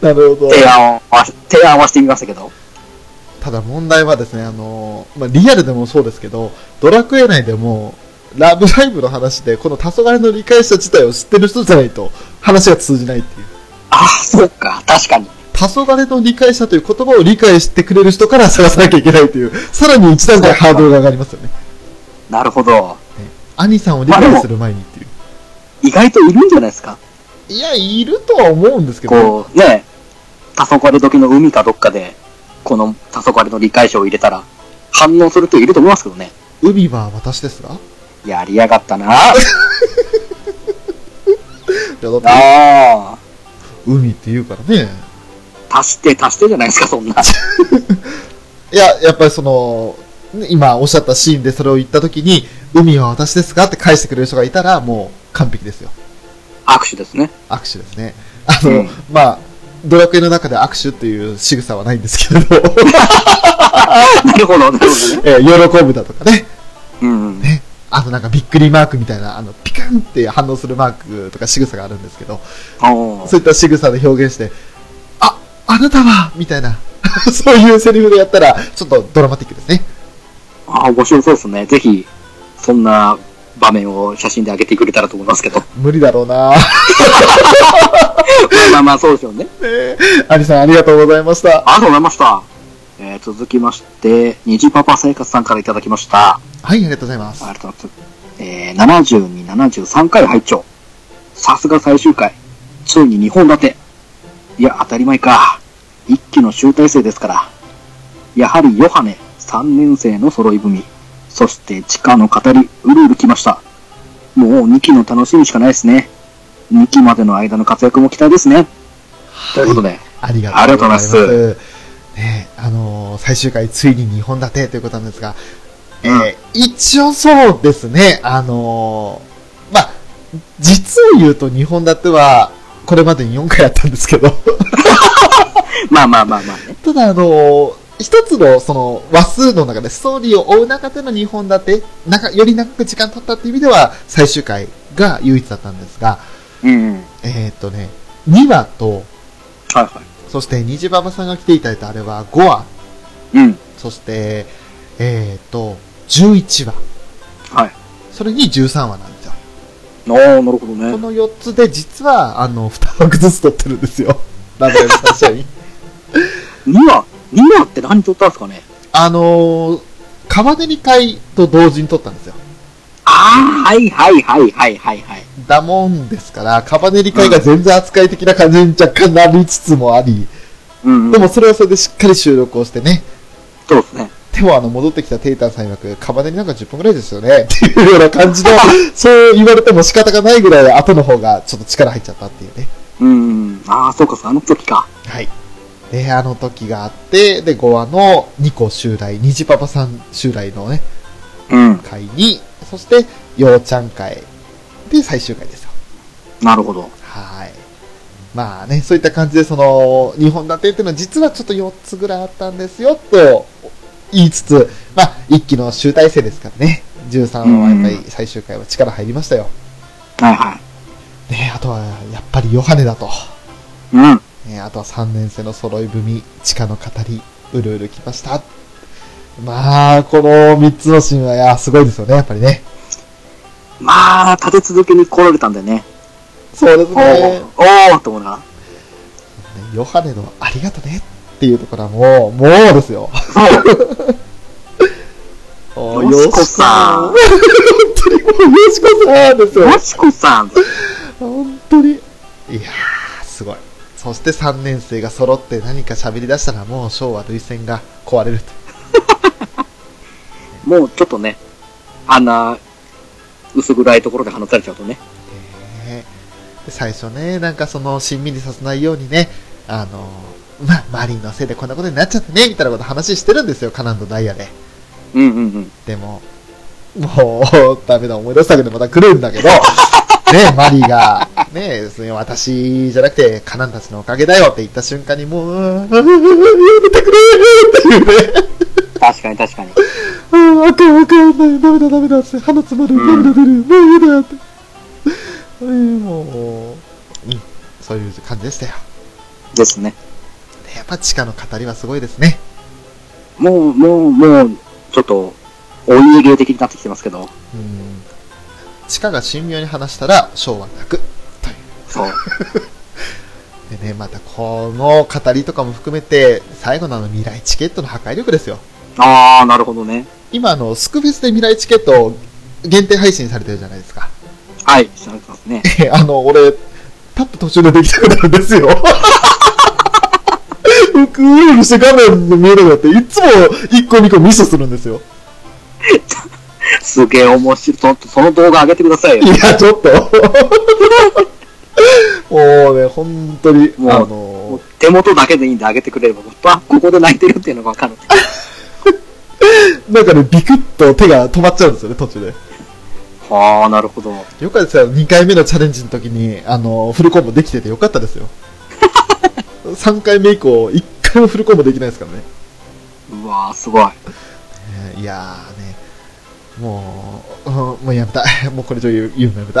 [SPEAKER 2] なるほど。
[SPEAKER 1] 提案を、提案はしてみましたけど。
[SPEAKER 2] ただ問題はですね、あのーまあ、リアルでもそうですけど、ドラクエ内でも、ラブライブの話で、この黄昏の理解者自体を知ってる人じゃないと、話が通じないっていう。
[SPEAKER 1] ああ、そうか、確かに。
[SPEAKER 2] 黄昏の理解者という言葉を理解してくれる人から探さなきゃいけないという、さらに一段階ハードルが上がりますよね。
[SPEAKER 1] なるほど。
[SPEAKER 2] 兄さんを理解する前にっていう。
[SPEAKER 1] 意外といるんじゃないですか。
[SPEAKER 2] いや、いるとは思うんですけど、
[SPEAKER 1] こう、ね、黄昏時の海かどっかで、この黄昏の理解者を入れたら、反応する人いると思いますけどね。
[SPEAKER 2] 海は私ですがい
[SPEAKER 1] やりやがったなあ
[SPEAKER 2] や、だって、
[SPEAKER 1] あ。
[SPEAKER 2] 海って言うからね。
[SPEAKER 1] 足して足してじゃないですか、そんな。
[SPEAKER 2] いや、やっぱりその、ね今おっしゃったシーンでそれを言った時に、海は私ですかって返してくれる人がいたら、もう完璧ですよ。
[SPEAKER 1] 握手ですね。 [laughs]
[SPEAKER 2] 握手ですね。あの、
[SPEAKER 1] うん
[SPEAKER 2] まあ、ドラクエの中で握手っていう仕草はないんですけれど、 [laughs]
[SPEAKER 1] なるほど、なるほどね。
[SPEAKER 2] えー喜ぶだとかね、
[SPEAKER 1] うん。
[SPEAKER 2] [laughs] ね、あとなんかびっくりマークみたいな、あの、ピカンって反応するマークとか仕草があるんですけど、
[SPEAKER 1] おー
[SPEAKER 2] そういった仕草で表現して、あ、あなたはみたいな、 [laughs] そういうセリフでやったら、ちょっとドラマティックですね。
[SPEAKER 1] ああ、面白そうですね。ぜひ、そんな場面を写真で上げてくれたらと思いますけど。
[SPEAKER 2] 無理だろうなね
[SPEAKER 1] まあまあ、そうでしょうね。
[SPEAKER 2] え [laughs] アリさんありがとうございました。
[SPEAKER 1] ありがとうございました。えー続きまして、虹パパ生活さんからいただきました。
[SPEAKER 2] はい、ありがとうございます。
[SPEAKER 1] ありがとうございます。えー、72、73回拝聴さすが最終回。ついに2本立て。いや、当たり前か。一期の集大成ですから。やはりヨハネ、3年生の揃い踏み。そして、地下の語り、うるうる来ました。もう2期の楽しみしかないですね。2期までの間の活躍も期待ですね。ということで。
[SPEAKER 2] ありがとうございます。
[SPEAKER 1] ありがとうご
[SPEAKER 2] ねえあのー最終回ついに2本立てということなんですが、え
[SPEAKER 1] うん
[SPEAKER 2] ー一応そうですね、あのーまあ、実を言うと2本立ては、これまでに4回やったんですけど、
[SPEAKER 1] まあまあまあまあね。
[SPEAKER 2] ただあのー一つのその話数の中でストーリーを追う中での2本立て、なんかより長く時間経ったっていう意味では最終回が唯一だったんですが、
[SPEAKER 1] うん。
[SPEAKER 2] えーっとね、2話と、
[SPEAKER 1] はいは
[SPEAKER 2] そして虹ババさんが来ていただいたあれは5話、
[SPEAKER 1] い。うん。
[SPEAKER 2] そして、えーっと、11話、
[SPEAKER 1] はい。
[SPEAKER 2] それに13話なんですよ。
[SPEAKER 1] ああ、なるほど
[SPEAKER 2] こ
[SPEAKER 1] ね。
[SPEAKER 2] の4つで実は、あの、2枠ずつ取ってるんですよ。 [laughs] ラブライブサンシャイン。
[SPEAKER 1] 2話、2話って何撮ったんですかね
[SPEAKER 2] あのー、カバネリ会と同時に撮ったんですよ。
[SPEAKER 1] ああ、はいはいはいはいはいはい。
[SPEAKER 2] だもんですから、カバネリ会が全然扱い的な感じに若干なりつつもあり、
[SPEAKER 1] うん、うん。
[SPEAKER 2] でも、それはそれでしっかり収録をしてね、
[SPEAKER 1] そうですね。
[SPEAKER 2] でもあの戻ってきたテイタンさん曰く、カバネリなんか10分ぐらいですよね、っていうような感じの、そう言われても仕方がないぐらい後の方がちょっと力入っちゃったっていうね。
[SPEAKER 1] うん。ああ、そうかそうか、あの時か。
[SPEAKER 2] はい。で、あの時があって、で、5話の2個襲来、虹パパさん襲来のね、
[SPEAKER 1] うん。
[SPEAKER 2] 会に、そして、ようちゃん会で最終回ですよ。
[SPEAKER 1] なるほど。
[SPEAKER 2] はい。まあね、そういった感じで、その、2本立てっていうのは実はちょっと4つぐらいあったんですよ、と言いつつ、まあ、一期の集大成ですからね。13話はやっぱり最終回は力入りましたよ。
[SPEAKER 1] はいはい。
[SPEAKER 2] ね、あとは、やっぱりヨハネだと。
[SPEAKER 1] うん。
[SPEAKER 2] ね、あとは3年生の揃い踏み、地下の語り、うるうる来ました。まあ、この3つのシーンは、いや、すごいですよね、やっぱりね。
[SPEAKER 1] まあ、立て続けに来られたんでね。
[SPEAKER 2] そうです
[SPEAKER 1] おー
[SPEAKER 2] ね。
[SPEAKER 1] おーって思うながら。
[SPEAKER 2] ヨハネのありがとねっていうところはもう、もうですよ。
[SPEAKER 1] そう。
[SPEAKER 2] お
[SPEAKER 1] よしこさん。よ
[SPEAKER 2] ん。よしこさんですよ。
[SPEAKER 1] しこさん。
[SPEAKER 2] 本当に。いやー、すごい。そして3年生が揃って何か喋り出したらもう昭和類線が壊れると。
[SPEAKER 1] もうちょっとね、あんな、薄暗いところで放たれちゃうとね。
[SPEAKER 2] ねで最初ね、なんかその、しんみりさせないようにね、あのー、ま、マリンのせいでこんなことになっちゃってね、みたいなこと話してるんですよ、カナンとダイヤで。
[SPEAKER 1] うんうんうん。
[SPEAKER 2] でも、もう、ダメだ、思い出したけどまた来るんだ
[SPEAKER 1] [laughs]
[SPEAKER 2] けど、ね、マリーが、ね、その私じゃなくて、カナンたちのおかげだよって言った瞬間に、もう、うーんやめてくれーっていうね、
[SPEAKER 1] 確かに確かに。
[SPEAKER 2] うんあかんあかん、ダメだダメだって、鼻詰まる、
[SPEAKER 1] うん
[SPEAKER 2] 涙出る、もう嫌だって。えーもう、うん、そういう感じでしたよ。
[SPEAKER 1] ですね。
[SPEAKER 2] でやっぱ地下の語りはすごいですね。
[SPEAKER 1] もう、もう、もう、ちょっと、お家芸的になってきてますけど。
[SPEAKER 2] うん。地下が神妙に話したら、昭和泣く。という。
[SPEAKER 1] そう。
[SPEAKER 2] でね、またこの語りとかも含めて、最後のあの未来チケットの破壊力ですよ。
[SPEAKER 1] あー、なるほどね。
[SPEAKER 2] 今あの、スクフェスで未来チケット限定配信されてるじゃないですか。
[SPEAKER 1] はい、知られてますね。
[SPEAKER 2] えあの、俺、タップ途中でできたくなるんですよ。僕、うるうるして画面に見えるよって、いつも1個2個ミスするんですよ。
[SPEAKER 1] すげえ面白い。ちょっとその動画上げてください
[SPEAKER 2] い
[SPEAKER 1] よ。
[SPEAKER 2] や、ちょっと。もうね、本当に、
[SPEAKER 1] もう
[SPEAKER 2] あ
[SPEAKER 1] も
[SPEAKER 2] の
[SPEAKER 1] う手元だけでいいんで上げてくれれば、あ、ここで泣いてるっていうのがわかる。
[SPEAKER 2] なんかね、ビクッと手が止まっちゃうんですよね、途中で。
[SPEAKER 1] あー、なるほど。
[SPEAKER 2] よかったですよ、2回目のチャレンジの時に、あの、フルコンボできててよかっ
[SPEAKER 1] [laughs]
[SPEAKER 2] たですよ。3回目以降、1回もフルコンボできないですからね。
[SPEAKER 1] うわー、すごい。
[SPEAKER 2] ねいやーね、もう、うんもうやめた。 [laughs] もうこれ以上言う言うのやめ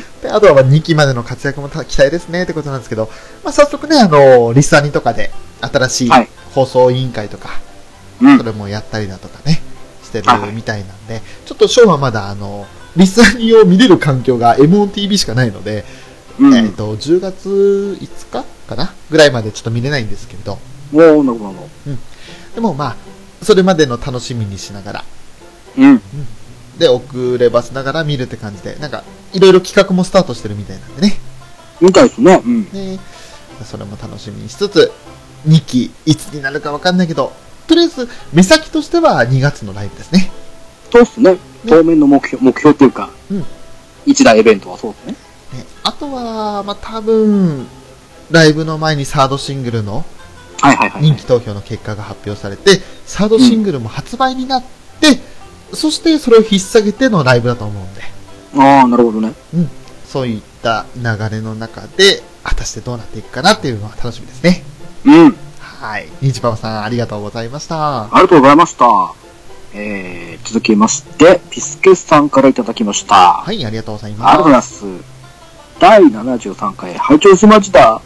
[SPEAKER 2] た。 [laughs] で、あとはまあ2期までの活躍もた期待ですねってことなんですけど、まあ早速ね、あの、リスアニとかで、新しい
[SPEAKER 1] はい
[SPEAKER 2] 放送委員会とか、
[SPEAKER 1] うん
[SPEAKER 2] そ。れもやったりだとかね、してる
[SPEAKER 1] はい
[SPEAKER 2] みたいなんで、ちょっとショーはまだあの、リスアニを見れる環境が M1TV しかないので、
[SPEAKER 1] うん。
[SPEAKER 2] えっ、と、10月5日かなぐらいまでちょっと見れないんですけれど、
[SPEAKER 1] もう、なるほど。
[SPEAKER 2] でもまあ、それまでの楽しみにしながら、
[SPEAKER 1] うん。
[SPEAKER 2] で、遅ればせながら見るって感じで、なんか、いろいろ企画もスタートしてるみたいなんでね。
[SPEAKER 1] みたいですね。うん。
[SPEAKER 2] ねそれも楽しみにしつつ、2期、いつになるかわかんないけど、とりあえず、目先としては2月のライブですね。
[SPEAKER 1] そうっすね。当面の目標、目標というか、
[SPEAKER 2] うん
[SPEAKER 1] 一大イベントはそうですね。
[SPEAKER 2] ねあとは、まあ、多分、ライブの前にサードシングルの
[SPEAKER 1] はいはいはい。
[SPEAKER 2] 人気投票の結果が発表されて、サードシングルも発売になって、そしてそれを引っ提げてのライブだと思うんで、
[SPEAKER 1] ああ、なるほどね。
[SPEAKER 2] そういった流れの中で、果たしてどうなっていくかなっていうのは楽しみですね。
[SPEAKER 1] うん。
[SPEAKER 2] はい。はい。ニジパパさん、ありがとうございました。
[SPEAKER 1] ありがとうございました。えー、続きまして、ピスケさんからいただきました。
[SPEAKER 2] はい、ありがとうござい
[SPEAKER 1] ありがとうござい
[SPEAKER 2] ま
[SPEAKER 1] ます。第73回、拝聴すまじだ。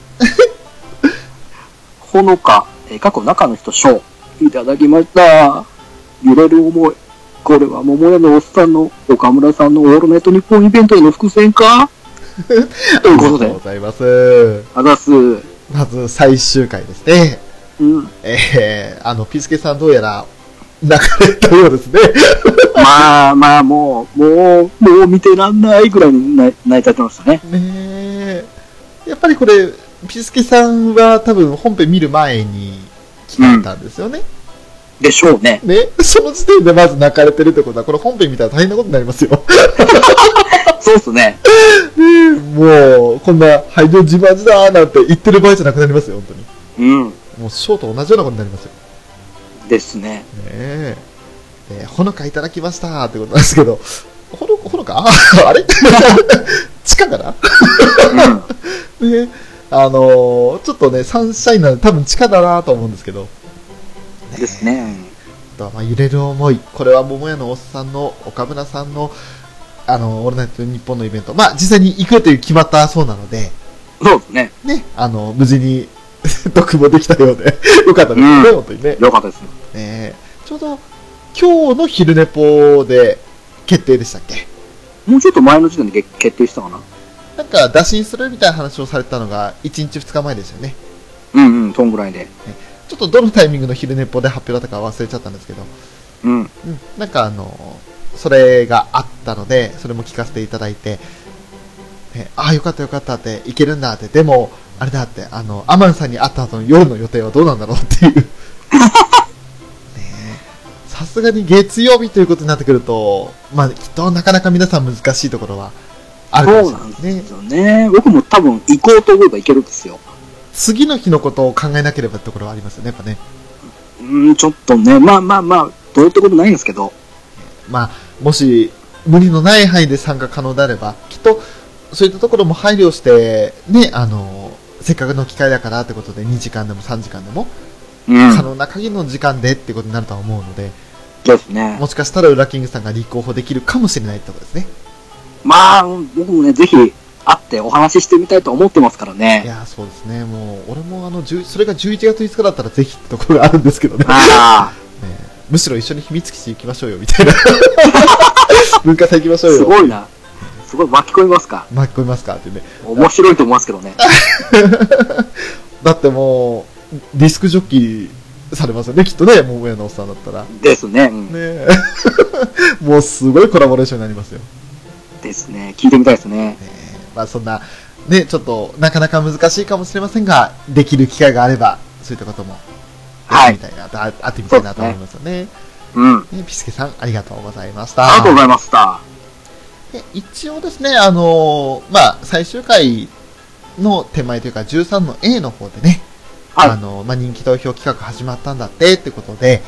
[SPEAKER 1] ほのか、えー過去中の人賞、いただきました。揺れる思い。これは桃屋のおっさんの岡村さんのオールナイトニッポンイベントへの伏線かという
[SPEAKER 2] す。
[SPEAKER 1] ことで、
[SPEAKER 2] ございます。
[SPEAKER 1] あざっす。うん。
[SPEAKER 2] まず、最終回ですね。えー、あの、ピスケさんどうやら、泣かれたようですね。
[SPEAKER 1] まあまあ、もう、もう、もう見てらんないぐらいに泣い泣いちゃってましたね。
[SPEAKER 2] ねえ。やっぱりこれ、ピスケさんは多分本編見る前に聞かれたんですよね。
[SPEAKER 1] でしょうね。
[SPEAKER 2] ね。その時点でまず泣かれてるってことは、これ本編見たら大変なことになりますよ。
[SPEAKER 1] そうっすね。
[SPEAKER 2] ねえもう、こんな、廃業自慢じだーなんて言ってる場合じゃなくなりますよ、本当に。
[SPEAKER 1] うん。
[SPEAKER 2] もう、ショーと同じようなことになりますよ。
[SPEAKER 1] ですね。
[SPEAKER 2] ねえ。えーほのかいただきましたってことなんですけど、ほの、ほのか [laughs] あれ地下かな
[SPEAKER 1] うん。
[SPEAKER 2] ね、あのーちょっとね、サンシャインなんで多分地下だなと思うんですけど、
[SPEAKER 1] ですね。
[SPEAKER 2] あとはまあ揺れる思い、これは桃屋のおっさんの、岡村さんの、あのーオールナイト日本のイベント、まあ実際に行くという決まったそうなので、
[SPEAKER 1] そうですね。
[SPEAKER 2] ね、あのー無事に、 [laughs] 読もできたようで、 [laughs] よかったですね、
[SPEAKER 1] うん
[SPEAKER 2] 本当にね。
[SPEAKER 1] よかったですね。
[SPEAKER 2] ねちょうど、今日の昼寝ぽで決定でしたっけ
[SPEAKER 1] もうちょっと前の時点で決決定したかな。
[SPEAKER 2] なんか、打診するみたいな話をされたのが、1日2日前ですよね。
[SPEAKER 1] うんうん、そんぐらいで。
[SPEAKER 2] ちょっとどのタイミングの昼寝ぽで発表だったか忘れちゃったんですけど、
[SPEAKER 1] うん。
[SPEAKER 2] うん、なんかあの、それがあったので、それも聞かせていただいて、ね、ああ、よかったよかったって、いけるんだって、でも、あれだって、あの、アマンさんに会った後の夜の予定はどうなんだろうっ
[SPEAKER 1] [laughs]
[SPEAKER 2] ていう。ねえさすがに月曜日ということになってくると、まあ、きっとなかなか皆さん難しいところはあるかも
[SPEAKER 1] そう
[SPEAKER 2] し
[SPEAKER 1] な
[SPEAKER 2] れな
[SPEAKER 1] ん
[SPEAKER 2] いで
[SPEAKER 1] です
[SPEAKER 2] ね
[SPEAKER 1] す。よね。僕も多分行こうと思えば行けるんですよ。
[SPEAKER 2] 次の日のことを考えなければってところはありますよね、やっぱね。
[SPEAKER 1] うん、ちょっとね、まあまあまあ、どうってことないんですけど。
[SPEAKER 2] まあ、もし無理のない範囲で参加可能であれば、きっとそういったところも配慮して、ね、あの、せっかくの機会だからってことで2時間でも3時間でも、
[SPEAKER 1] うん。
[SPEAKER 2] 可能な限りの時間でってことになるとは思うので、
[SPEAKER 1] そうですね。
[SPEAKER 2] もしかしたらウラキングさんが立候補できるかもしれないってことですね。
[SPEAKER 1] まあ、僕もね、ぜひ会ってお話ししてみたいと思ってますから
[SPEAKER 2] い
[SPEAKER 1] ね。
[SPEAKER 2] やー、そうですね。もう、俺もあの、10それが11月5日だったらぜひってところがあるんです
[SPEAKER 1] [laughs]
[SPEAKER 2] けどね。
[SPEAKER 1] あ
[SPEAKER 2] ねむしろ一緒に秘密基地行きましょうよ、み
[SPEAKER 1] [laughs]
[SPEAKER 2] たいな。文化祭行きまし [laughs]
[SPEAKER 1] あ、
[SPEAKER 2] ょう
[SPEAKER 1] す
[SPEAKER 2] よ。
[SPEAKER 1] ごいな。すごい巻き込みますか。
[SPEAKER 2] 巻き込みますかってね。
[SPEAKER 1] 面白いと思いますけどね。
[SPEAKER 2] だってもう、ディスクジョッキーされますよね、きっとね、桃屋のおっさんだったら。ね
[SPEAKER 1] ですね。うん
[SPEAKER 2] え [laughs] もうすごいコラボレーションになりますよ。ね
[SPEAKER 1] ですね。聞いてみたいですね。
[SPEAKER 2] えまあそんな、ね、ちょっとなかなか難しいかもしれませんが、できる機会があれば、そういったことも、
[SPEAKER 1] はい
[SPEAKER 2] やってみたいなと、ああってみたいなと思いますよね。
[SPEAKER 1] うん。
[SPEAKER 2] ねピスケさん、ありがとうございまし
[SPEAKER 1] あり
[SPEAKER 2] た
[SPEAKER 1] がとう。ございました。
[SPEAKER 2] で一応ですね、あのーまあ、最終回の手前というか、13の A の方でね、
[SPEAKER 1] はい
[SPEAKER 2] あのーまあ、人気投票企画始まったんだって、ってことで、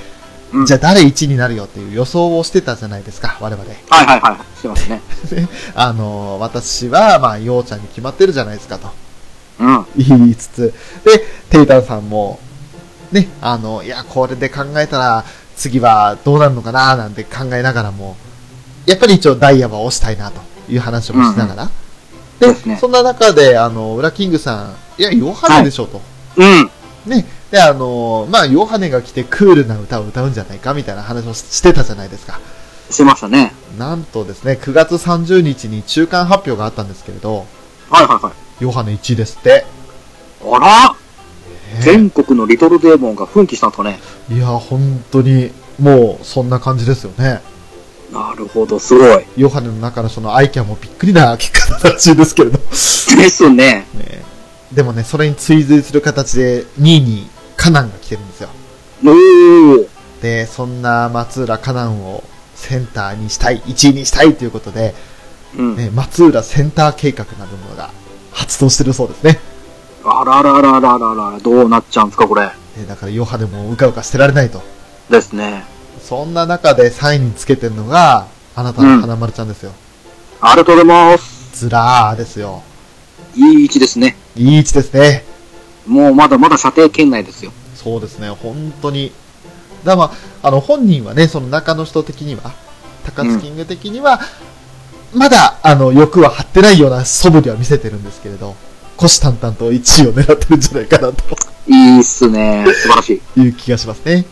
[SPEAKER 1] うん
[SPEAKER 2] じゃあ誰1位になるよっていう予想をしてたじゃないですか、我々。
[SPEAKER 1] はいはいはい。してますね。
[SPEAKER 2] あのー私は、まあ、ようちゃんに決まってるじゃないですかと
[SPEAKER 1] うん。
[SPEAKER 2] 言いつつ、で、テイタンさんも、ね、あの、いや、これで考えたら、次はどうなるのかな、なんて考えながらも、やっぱり一応ダイヤは押したいな、という話もしながら。
[SPEAKER 1] うんうんそう
[SPEAKER 2] で
[SPEAKER 1] ですね
[SPEAKER 2] そんな中で、あの、ウラキングさん、いや、ヨハネでしょ、と。
[SPEAKER 1] うん。
[SPEAKER 2] ね、で、あの、まあ、ヨハネが来てクールな歌を歌うんじゃないか、みたいな話をししてたじゃないですか。
[SPEAKER 1] してましたね。
[SPEAKER 2] なんとですね、9月30日に中間発表があったんですけれど、
[SPEAKER 1] はいはいはい。
[SPEAKER 2] ヨハネ1位ですって。
[SPEAKER 1] あら、全国のリトルデーモンが奮起したんですかね。
[SPEAKER 2] いや、本当に、もう、そんな感じですよね。
[SPEAKER 1] なるほど、すごい。
[SPEAKER 2] ヨハネの中のそのアイキャンもびっくりな結果だったらしいですけれど。
[SPEAKER 1] ですね。
[SPEAKER 2] ねでもね、それに追随する形で、2位にカナンが来てるんですよ。
[SPEAKER 1] おー。
[SPEAKER 2] で、そんな松浦カナンをセンターにしたい、1位にしたいということで、
[SPEAKER 1] うん。
[SPEAKER 2] ね、松浦センター計画なるものが発動してるそうですね。
[SPEAKER 1] あららららららら、どうなっちゃうんですか、これ。
[SPEAKER 2] ねだからヨハネもうかうかしてられないと。
[SPEAKER 1] ですね。
[SPEAKER 2] そんな中で3位につけてるのが、あなたの花丸ちゃんですよ。
[SPEAKER 1] ありがとうございます。
[SPEAKER 2] ずらーですよ。
[SPEAKER 1] いい位置ですね。
[SPEAKER 2] いい位置ですね。
[SPEAKER 1] もうまだまだ射程圏内ですよ。
[SPEAKER 2] そうですね、本当に。だからまあ、あの本人はね、その中の人的には、高津キング的には、まだあの欲は張ってないような素振りは見せてるんですけれど、虎視眈々と1位を狙ってるんじゃないかなと
[SPEAKER 1] いいっすね。素晴らしい。
[SPEAKER 2] いう気がしますね。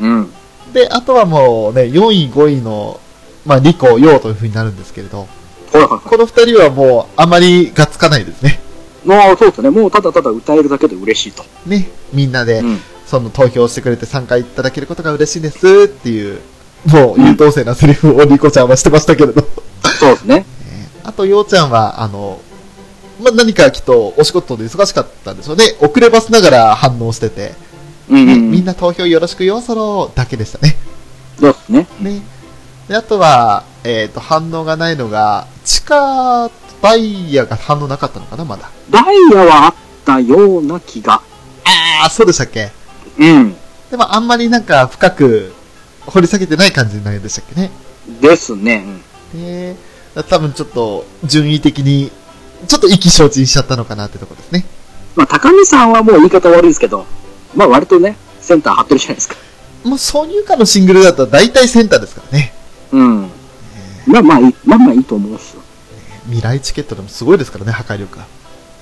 [SPEAKER 1] うん。
[SPEAKER 2] で、あとはもうね、4位、5位の、まあ、リコ、ヨウという風になるんですけれど、
[SPEAKER 1] ほらほらほ
[SPEAKER 2] この2人はもう、あまりがつかないですね。
[SPEAKER 1] ら。もうそうですね。もうただただ歌えるだけで嬉しいと。
[SPEAKER 2] ね、みんなで、
[SPEAKER 1] うん
[SPEAKER 2] その投票してくれて参加いただけることが嬉しいですっていう、もう優等生なセリフをリコちゃんはしてましたけれど。
[SPEAKER 1] そうですね。
[SPEAKER 2] あと、ようちゃんは、あの、まあ、何かきっとお仕事で忙しかったんでしょうね。遅ればせながら反応してて、
[SPEAKER 1] うんう
[SPEAKER 2] ね
[SPEAKER 1] ん。
[SPEAKER 2] みんな投票よろしくよ、その、だけでしたね。
[SPEAKER 1] そうですね。
[SPEAKER 2] ね。で、あとは、えっ、と、反応がないのが、地下、バイヤーが反応なかったのかな、まだ。
[SPEAKER 1] ダイヤはあったような気が。
[SPEAKER 2] ああ、そうでしたっけ
[SPEAKER 1] うん。
[SPEAKER 2] でも、あんまりなんか深く掘り下げてない感じになりましたっけね。
[SPEAKER 1] ですね。うん
[SPEAKER 2] ねえ。多分ちょっと、順位的に、ちょっと意気消沈しちゃったのかなってとこですね。
[SPEAKER 1] まあ、高見さんはもう言い方悪いですけど、まあ割とね、センター張ってるじゃないですか。
[SPEAKER 2] もう、挿入歌のシングルだったら大体センターですからね。
[SPEAKER 1] うん。まあまあいい、まあまあいいと思うんですよ。
[SPEAKER 2] 未来チケットでもすごいですからね、破壊力が。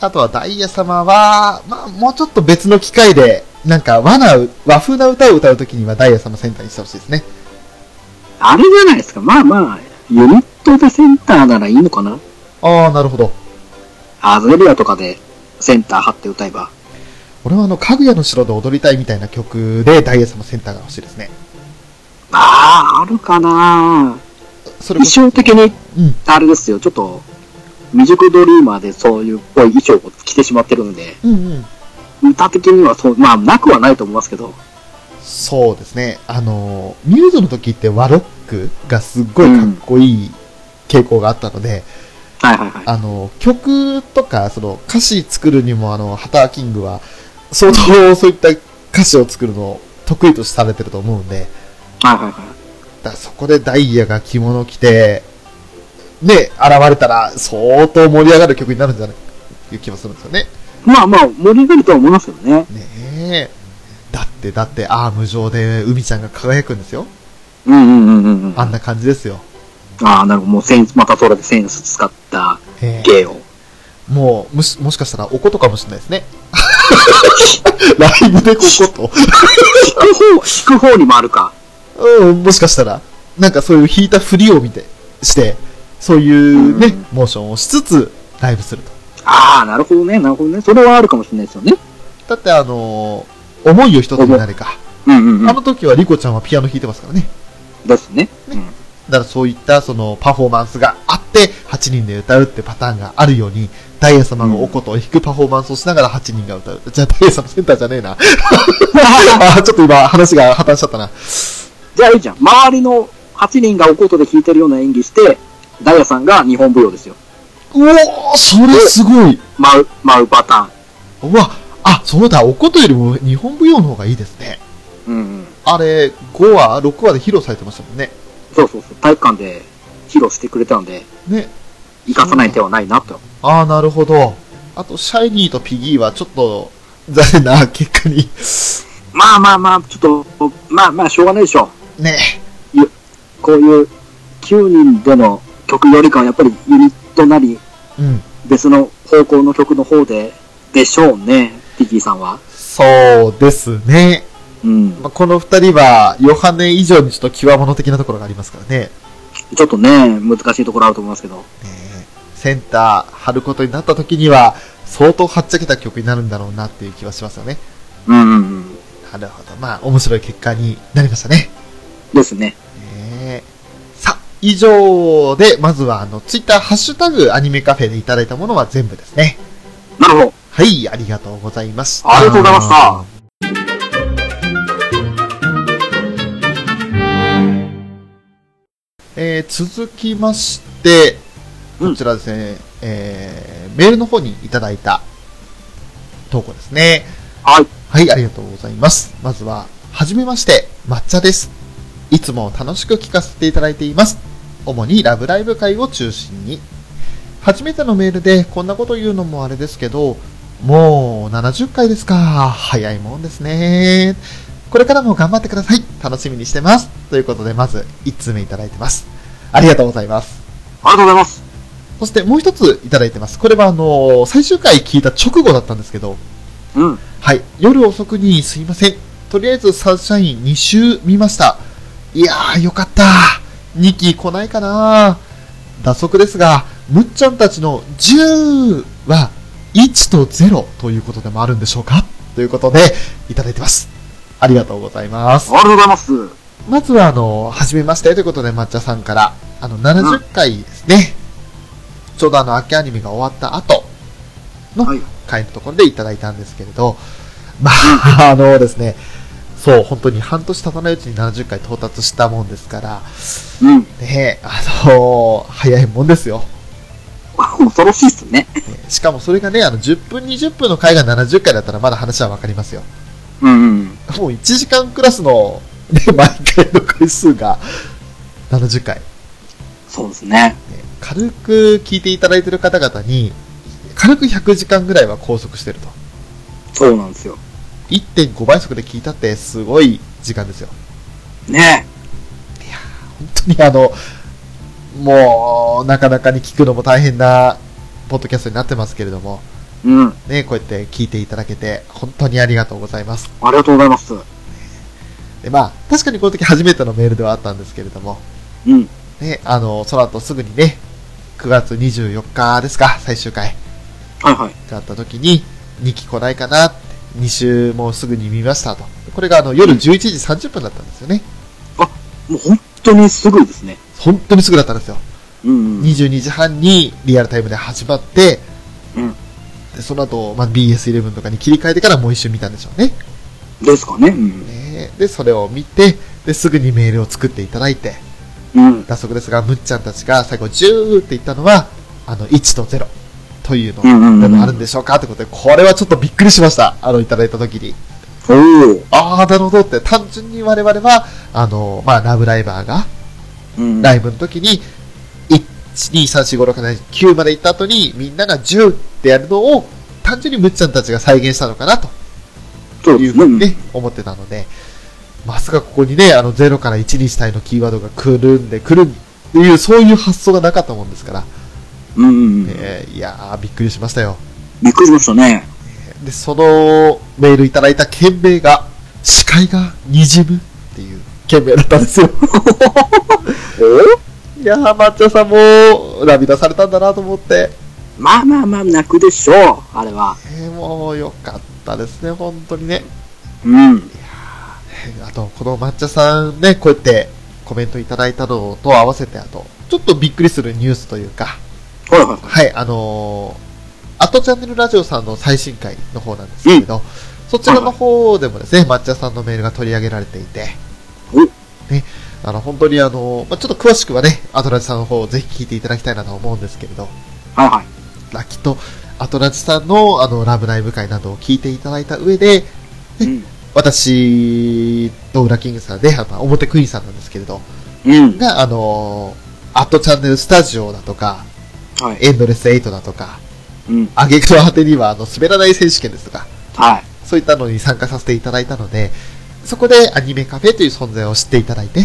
[SPEAKER 2] あとはダイヤ様は、まあ、もうちょっと別の機会で、なんか和な、和風な歌を歌うときにはダイヤ様センターにしてほしいですね。
[SPEAKER 1] あれじゃないですか。まあまあ、ユニットでセンターならいいのかな。
[SPEAKER 2] ああ、なるほど。
[SPEAKER 1] アズレリアとかでセンター張って歌えば。
[SPEAKER 2] 俺はあの、かぐやの城で踊りたいみたいな曲でダイヤ様センターが欲しいですね。
[SPEAKER 1] ああ、あるかな
[SPEAKER 2] それ
[SPEAKER 1] 衣
[SPEAKER 2] こそ、
[SPEAKER 1] 装的に、
[SPEAKER 2] うん。
[SPEAKER 1] あれですよ、ちょっと、未熟ドリーマーでそういうっぽい衣装を着てしまってるので、
[SPEAKER 2] うんうん。
[SPEAKER 1] 歌的にはそう、まあなくはないと思いますけど、
[SPEAKER 2] そうですね。あの、ミューズの時って和ロックがすっごいかっこいい傾向があったので、
[SPEAKER 1] はいはいはい。
[SPEAKER 2] あの、曲とか、その、歌詞作るにも、あの、ハターキングは、相当そういった歌詞を作るのを得意とされてると思うんで、
[SPEAKER 1] はいはいはい。
[SPEAKER 2] だからそこでダイヤが着物着て、ね、現れたら、相当盛り上がる曲になるんじゃないいう気もするんですよね。
[SPEAKER 1] まあまあ、盛り上がるとは思いますけどね。
[SPEAKER 2] ねえ。だって、だって、アーム上で海ちゃんが輝くんですよ。
[SPEAKER 1] うんうんうんうんうん。
[SPEAKER 2] あんな感じですよ。
[SPEAKER 1] ああ、なるほど。もうセンス、またそれでセンス使った
[SPEAKER 2] ええ
[SPEAKER 1] 芸を。
[SPEAKER 2] もう、もし、もしかしたらおことかもしれないですね。 [laughs] ライブでこうこと。
[SPEAKER 1] 弾く方、弾く方に回るか。
[SPEAKER 2] うん、もしかしたら、なんかそういう弾いたふりを見て、して、そういうね、モーションをしつつ、ライブすると。
[SPEAKER 1] ああ、なるほどね、なるほどね。それはあるかもしれないですよね。
[SPEAKER 2] だってあのー思いを一つになれか。
[SPEAKER 1] うんうん
[SPEAKER 2] あの時はリコちゃんはピアノ弾いてますからね。
[SPEAKER 1] ですね。
[SPEAKER 2] だからそういったそのパフォーマンスがあって、8人で歌うってパターンがあるように、ダイヤ様がおことを弾くパフォーマンスをしながら8人が歌う。じゃあダイヤ様センターじゃね [laughs] えな。あちょっと今話が破綻しちゃったな。
[SPEAKER 1] じゃあいいじゃん。周りの8人がおことで弾いてるような演技して、ダイヤさんが日本舞踊ですよ。
[SPEAKER 2] うおーそれすごい
[SPEAKER 1] 舞う、舞うパターン。
[SPEAKER 2] うわ、あ、そうだ、おことよりも日本舞踊の方がいいですね。
[SPEAKER 1] うんうん。
[SPEAKER 2] あれ、5話、6話で披露されてましたもんね。
[SPEAKER 1] そうそうそう。体育館で披露してくれたので、
[SPEAKER 2] ね。
[SPEAKER 1] 生かさない手はないなと。
[SPEAKER 2] ああ、なるほど。あと、シャイニーとピギーはちょっと、残念な結果に。
[SPEAKER 1] まあまあまあ、ちょっと、まあまあ、しょうがないでしょ
[SPEAKER 2] ね。
[SPEAKER 1] う。こういう9人での曲よりかは、やっぱりユニットなり、
[SPEAKER 2] うん。
[SPEAKER 1] 別の方向の曲の方で、でしょうね、ピギーさんは。
[SPEAKER 2] そうですね。
[SPEAKER 1] うん。
[SPEAKER 2] まあ、この二人は、ヨハネ以上にちょっと極物的なところがありますからね。
[SPEAKER 1] ちょっとね、難しいところあると思いますけど。
[SPEAKER 2] ねセンター張ることになった時には、相当はっちゃけた曲になるんだろうなっていう気はしますよね。
[SPEAKER 1] うんうんうん。
[SPEAKER 2] なるほど。まあ、面白い結果になりましたね。
[SPEAKER 1] ですね。
[SPEAKER 2] ねえさあ、以上で、まずは、あの、ツイッター、ハッシュタグ、アニメカフェでいただいたものは全部ですね。
[SPEAKER 1] なるほど。
[SPEAKER 2] はい、ありがとうございました。
[SPEAKER 1] ありがとうございました。
[SPEAKER 2] えー、続きまして、
[SPEAKER 1] うん
[SPEAKER 2] こちらですね、えー、メールの方にいただいた投稿ですね。
[SPEAKER 1] はい。
[SPEAKER 2] はい、ありがとうございます。まずは、はじめまして、抹茶です。いつも楽しく聞かせていただいています。主にラブライブ会を中心に。初めてのメールでこんなこと言うのもあれですけど、もう70回ですか。早いもんですね。これからも頑張ってください。楽しみにしてます。ということで、まず1通目いただいてます。ありがとうございます。
[SPEAKER 3] ありがとうございます。
[SPEAKER 2] そしてもう一ついただいてます。これはあの、最終回聞いた直後だったんですけど、
[SPEAKER 3] うん。
[SPEAKER 2] はい。夜遅くにすいません。とりあえずサンシャイン2週見ました。いやー、よかった。2期来ないかな脱足ですが、むっちゃんたちの10は1と0ということでもあるんでしょうかということで、いただいてます。ありがとうございます
[SPEAKER 3] あ。りがとうございます。
[SPEAKER 2] まずは、あの、はじめましてということで、抹茶さんから、あの、70回ですね。ちょうどあの、秋アニメが終わった後の
[SPEAKER 3] はい
[SPEAKER 2] 回のところでいただいたんですけれど、まあ、あのですね、そう、本当に半年経たないうちに70回到達したもんですから、
[SPEAKER 3] うん。 [laughs]
[SPEAKER 2] ねえ、あの早いもんですよ。
[SPEAKER 3] 恐ろしいっすね。
[SPEAKER 2] ねしかもそれがね、あの、10分、20分の回が70回だったらまだ話はわかりますよ。
[SPEAKER 3] うん。
[SPEAKER 2] もう1時間クラスの、ね、 [laughs] 毎回の回数が70回。
[SPEAKER 3] そうですね。
[SPEAKER 2] ね軽く聞いていただいてる方々に、軽く100時間ぐらいは拘束してると。
[SPEAKER 3] そうなんですよ。
[SPEAKER 2] 1.5倍速で聞いたってすごい時間ですよ。
[SPEAKER 3] ね
[SPEAKER 2] 本当にあの、もう、なかなかに聞くのも大変な、ポッドキャストになってますけれども、
[SPEAKER 3] え。うん。あ
[SPEAKER 2] ね、こうやって聞いていただけて、本当にありがとうございます。
[SPEAKER 3] りがとうございます。
[SPEAKER 2] で、まあ、確かにこの時初めてのメールではあったんですけれども、
[SPEAKER 3] うん。
[SPEAKER 2] ね、あの、その後すぐにね、9月24日ですか、最終回。
[SPEAKER 3] はいはい。
[SPEAKER 2] ってなった時に、2期来ないかなって、2週もうすぐに見ましたと。これがあの夜11時30分だったんですよね。
[SPEAKER 3] もう本当にすぐですね。
[SPEAKER 2] 本当にすぐだったんですよ。
[SPEAKER 3] うん。うん。
[SPEAKER 2] 22時半にリアルタイムで始まって、
[SPEAKER 3] うん
[SPEAKER 2] でその後、まあ、BS11 とかに切り替えてからもう一周見たんでしょうね。
[SPEAKER 3] ですかね。うん。
[SPEAKER 2] ねで、それを見て、で、すぐにメールを作っていただいて、
[SPEAKER 3] うん。
[SPEAKER 2] 脱足ですが、むっちゃんたちが最後10って言ったのは、あの、1と0というの
[SPEAKER 3] うんうん
[SPEAKER 2] で
[SPEAKER 3] うん。
[SPEAKER 2] もあるんでしょうかってことで、これはちょっとびっくりしました。あの、いただいた時に。
[SPEAKER 3] おー
[SPEAKER 2] ああ、なるほどって、単純に我々は、あの、まあ、ラブライバーが、
[SPEAKER 3] うん。
[SPEAKER 2] ライブの時に、1、2、3、4、5、6、7、9まで行った後に、みんなが10ってやるのを、単純にむっちゃんたちが再現したのかな、と
[SPEAKER 3] そう
[SPEAKER 2] い
[SPEAKER 3] で
[SPEAKER 2] う
[SPEAKER 3] す
[SPEAKER 2] ふ
[SPEAKER 3] ね。
[SPEAKER 2] う
[SPEAKER 3] う
[SPEAKER 2] に
[SPEAKER 3] ん
[SPEAKER 2] ね、思ってたので、まさかここにね、あの、0から1にしたいのキーワードがくるんでくるんっていう、そういう発想がなかったもんですから、
[SPEAKER 3] うん。うん。
[SPEAKER 2] えーいやー、びっくりしましたよ。
[SPEAKER 3] びっくりしましたね。
[SPEAKER 2] で、そのメールいただいた件名が、視界が滲むっていう件名だったんですよ。いやー、抹茶さんも、涙されたんだなと思って。
[SPEAKER 3] まあまあまあ、泣くでしょう。あれは。
[SPEAKER 2] えーもう、よかったですね、本当にね。
[SPEAKER 3] うん。
[SPEAKER 2] えーあと、この抹茶さんね、こうやってコメントいただいたのと合わせて、あと、ちょっとびっくりするニュースというか、
[SPEAKER 3] はいは
[SPEAKER 2] はい、あのー、アットチャンネルラジオさんの最新回の方なんですけれど、そちらの方でもですね、抹茶さんのメールが取り上げられていて、
[SPEAKER 3] お
[SPEAKER 2] ね、あの、本当にあのーまあ、ちょっと詳しくはね、アトラジさんの方をぜひ聞いていただきたいなと思うんですけれど、
[SPEAKER 3] い。はいはい。
[SPEAKER 2] ラきっと、アトラジさんの、あの、ラブライブ会などを聞いていただいた上で、
[SPEAKER 3] うん。
[SPEAKER 2] 私と裏キングさんで、あの、表クイーンさんなんですけれど、
[SPEAKER 3] うん。
[SPEAKER 2] が、あのーアットチャンネルスタジオだとか、
[SPEAKER 3] はい。
[SPEAKER 2] エンドレスエイトだとか、
[SPEAKER 3] うん。
[SPEAKER 2] あげくの果てには、あの、滑らない選手権ですとか、
[SPEAKER 3] はい。
[SPEAKER 2] そういったのに参加させていただいたので、そこでアニメカフェという存在を知っていただいて、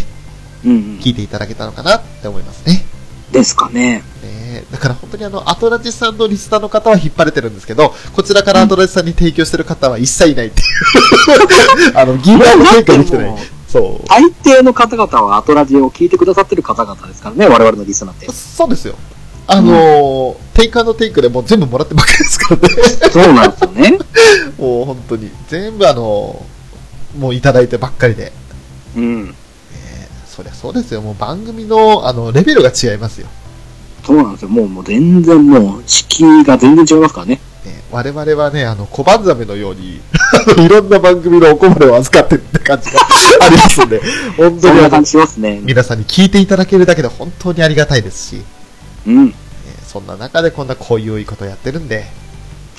[SPEAKER 3] うんうん。
[SPEAKER 2] 聞いていただけたのかなって思いますね。
[SPEAKER 3] ですかね。
[SPEAKER 2] ねえだから本当にあの、アトラジさんのリスナーの方は引っ張れてるんですけど、こちらからアトラジさんに提供してる方は一切いないっていう。あ [laughs] の、ギブアンド提供できてない。そ
[SPEAKER 3] 大抵の方々はアトラジオを聞いてくださってる方々ですからね、我々のリスナーって
[SPEAKER 2] う。。そうですよ。あのーテイクアンドテイクでもう全部もらってばっかりですからね。
[SPEAKER 3] そうなんですよね。
[SPEAKER 2] もう本当に。全部あのーもういただいてばっかりで。
[SPEAKER 3] [laughs] うん。
[SPEAKER 2] そりゃそうですよ。もう番組の、あの、レベルが違いますよ。
[SPEAKER 3] そうなんですよ。もう、もう全然もう、敷居が全然違いますからね。
[SPEAKER 2] ね、我々はね、あの、小判ザメのように、 [laughs] あのいろんな番組のおこぼれを預かってるって感じがありますんで、本
[SPEAKER 3] そ
[SPEAKER 2] 当
[SPEAKER 3] ん
[SPEAKER 2] に
[SPEAKER 3] な
[SPEAKER 2] あの
[SPEAKER 3] 感じしますね。
[SPEAKER 2] 皆さんに聞いていただけるだけで本当にありがたいですし、ね、
[SPEAKER 3] うん。
[SPEAKER 2] そんな中でこんなこういういいことやってるんで、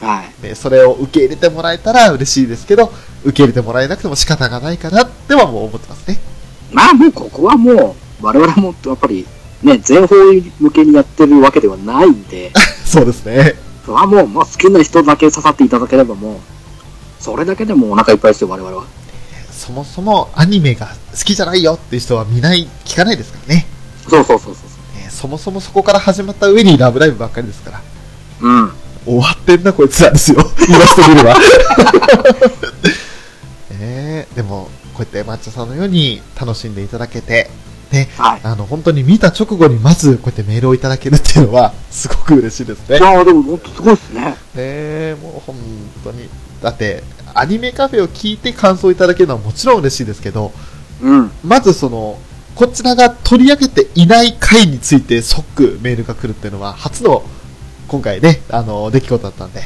[SPEAKER 3] はい。
[SPEAKER 2] ね、それを受け入れてもらえたら嬉しいですけど、受け入れてもらえなくても仕方がないかなってはもう思ってますね。
[SPEAKER 3] まあもうここはもう、我々もやっぱり、ね、全方位向けにやってるわけではないんで、
[SPEAKER 2] そうですね。
[SPEAKER 1] それはもう、まあ、好きな人だけ刺さっていただければもう、それだけでもうお腹いっぱいですよ、我々は。
[SPEAKER 2] そもそもアニメが好きじゃないよっていう人は見ない、聞かないですからね。
[SPEAKER 1] そうそうそうそう
[SPEAKER 2] えーそもそもそこから始まった上にラブライブばっかりですから。
[SPEAKER 1] そう。うん。
[SPEAKER 2] 終わってんな、こいつらですよ。言わせてみれば。 [laughs] えーでも、こうやって抹茶さんのように楽しんでいただけて、ね、
[SPEAKER 1] はい
[SPEAKER 2] あの、本当に見た直後にまずこうやってメールをいただけるっていうのは、すごく嬉しいですね。
[SPEAKER 1] い
[SPEAKER 2] ね
[SPEAKER 1] やーでも本当すごいですね。
[SPEAKER 2] えもう本当に。だって、アニメカフェを聞いて感想いただけるのはもちろん嬉しいですけど、
[SPEAKER 1] うん。
[SPEAKER 2] まずその、こちらが取り上げていない回について即メールが来るっていうのは、初の、今回ね、あの、出来事だったんで、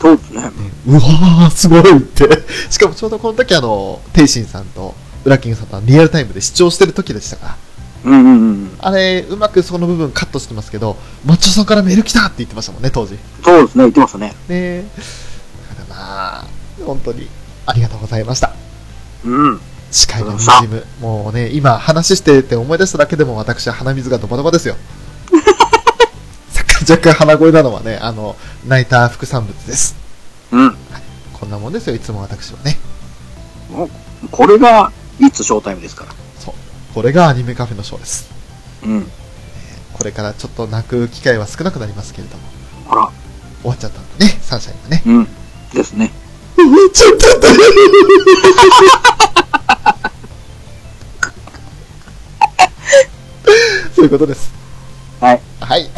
[SPEAKER 1] そうですね。
[SPEAKER 2] うわー、すごいって。しかもちょうどこの時あの、天心さんと、ブラッキングさんとリアルタイムで視聴してる時でしたか
[SPEAKER 1] う
[SPEAKER 2] ら。
[SPEAKER 1] んうんうん。
[SPEAKER 2] あれ、うまくそこの部分カットしてますけど、マッチョさんからメール来たって言ってましたもんね、当時。ね
[SPEAKER 1] そうですね、言ってましたね。
[SPEAKER 2] えだからまあ、本当に、ありがとうございました。
[SPEAKER 1] うん。
[SPEAKER 2] 司会のジム。もうね、今話してて思い出しただけでも私は鼻水がドバドバですよ。若干鼻声なのはね、あの、泣いた副産物です。
[SPEAKER 1] うん。
[SPEAKER 2] こんなもんですよ、いつも私はね。
[SPEAKER 1] これが、いつショータイムですから。
[SPEAKER 2] これがアニメカフェのショーです。
[SPEAKER 1] うん。
[SPEAKER 2] これからちょっと泣く機会は少なくなりますけれども、
[SPEAKER 1] あら、
[SPEAKER 2] 終わっちゃったんでね、サンシャインはね。
[SPEAKER 1] うん。ですね。
[SPEAKER 2] ちょっと [laughs] そういうことです。
[SPEAKER 1] はい。
[SPEAKER 2] はい。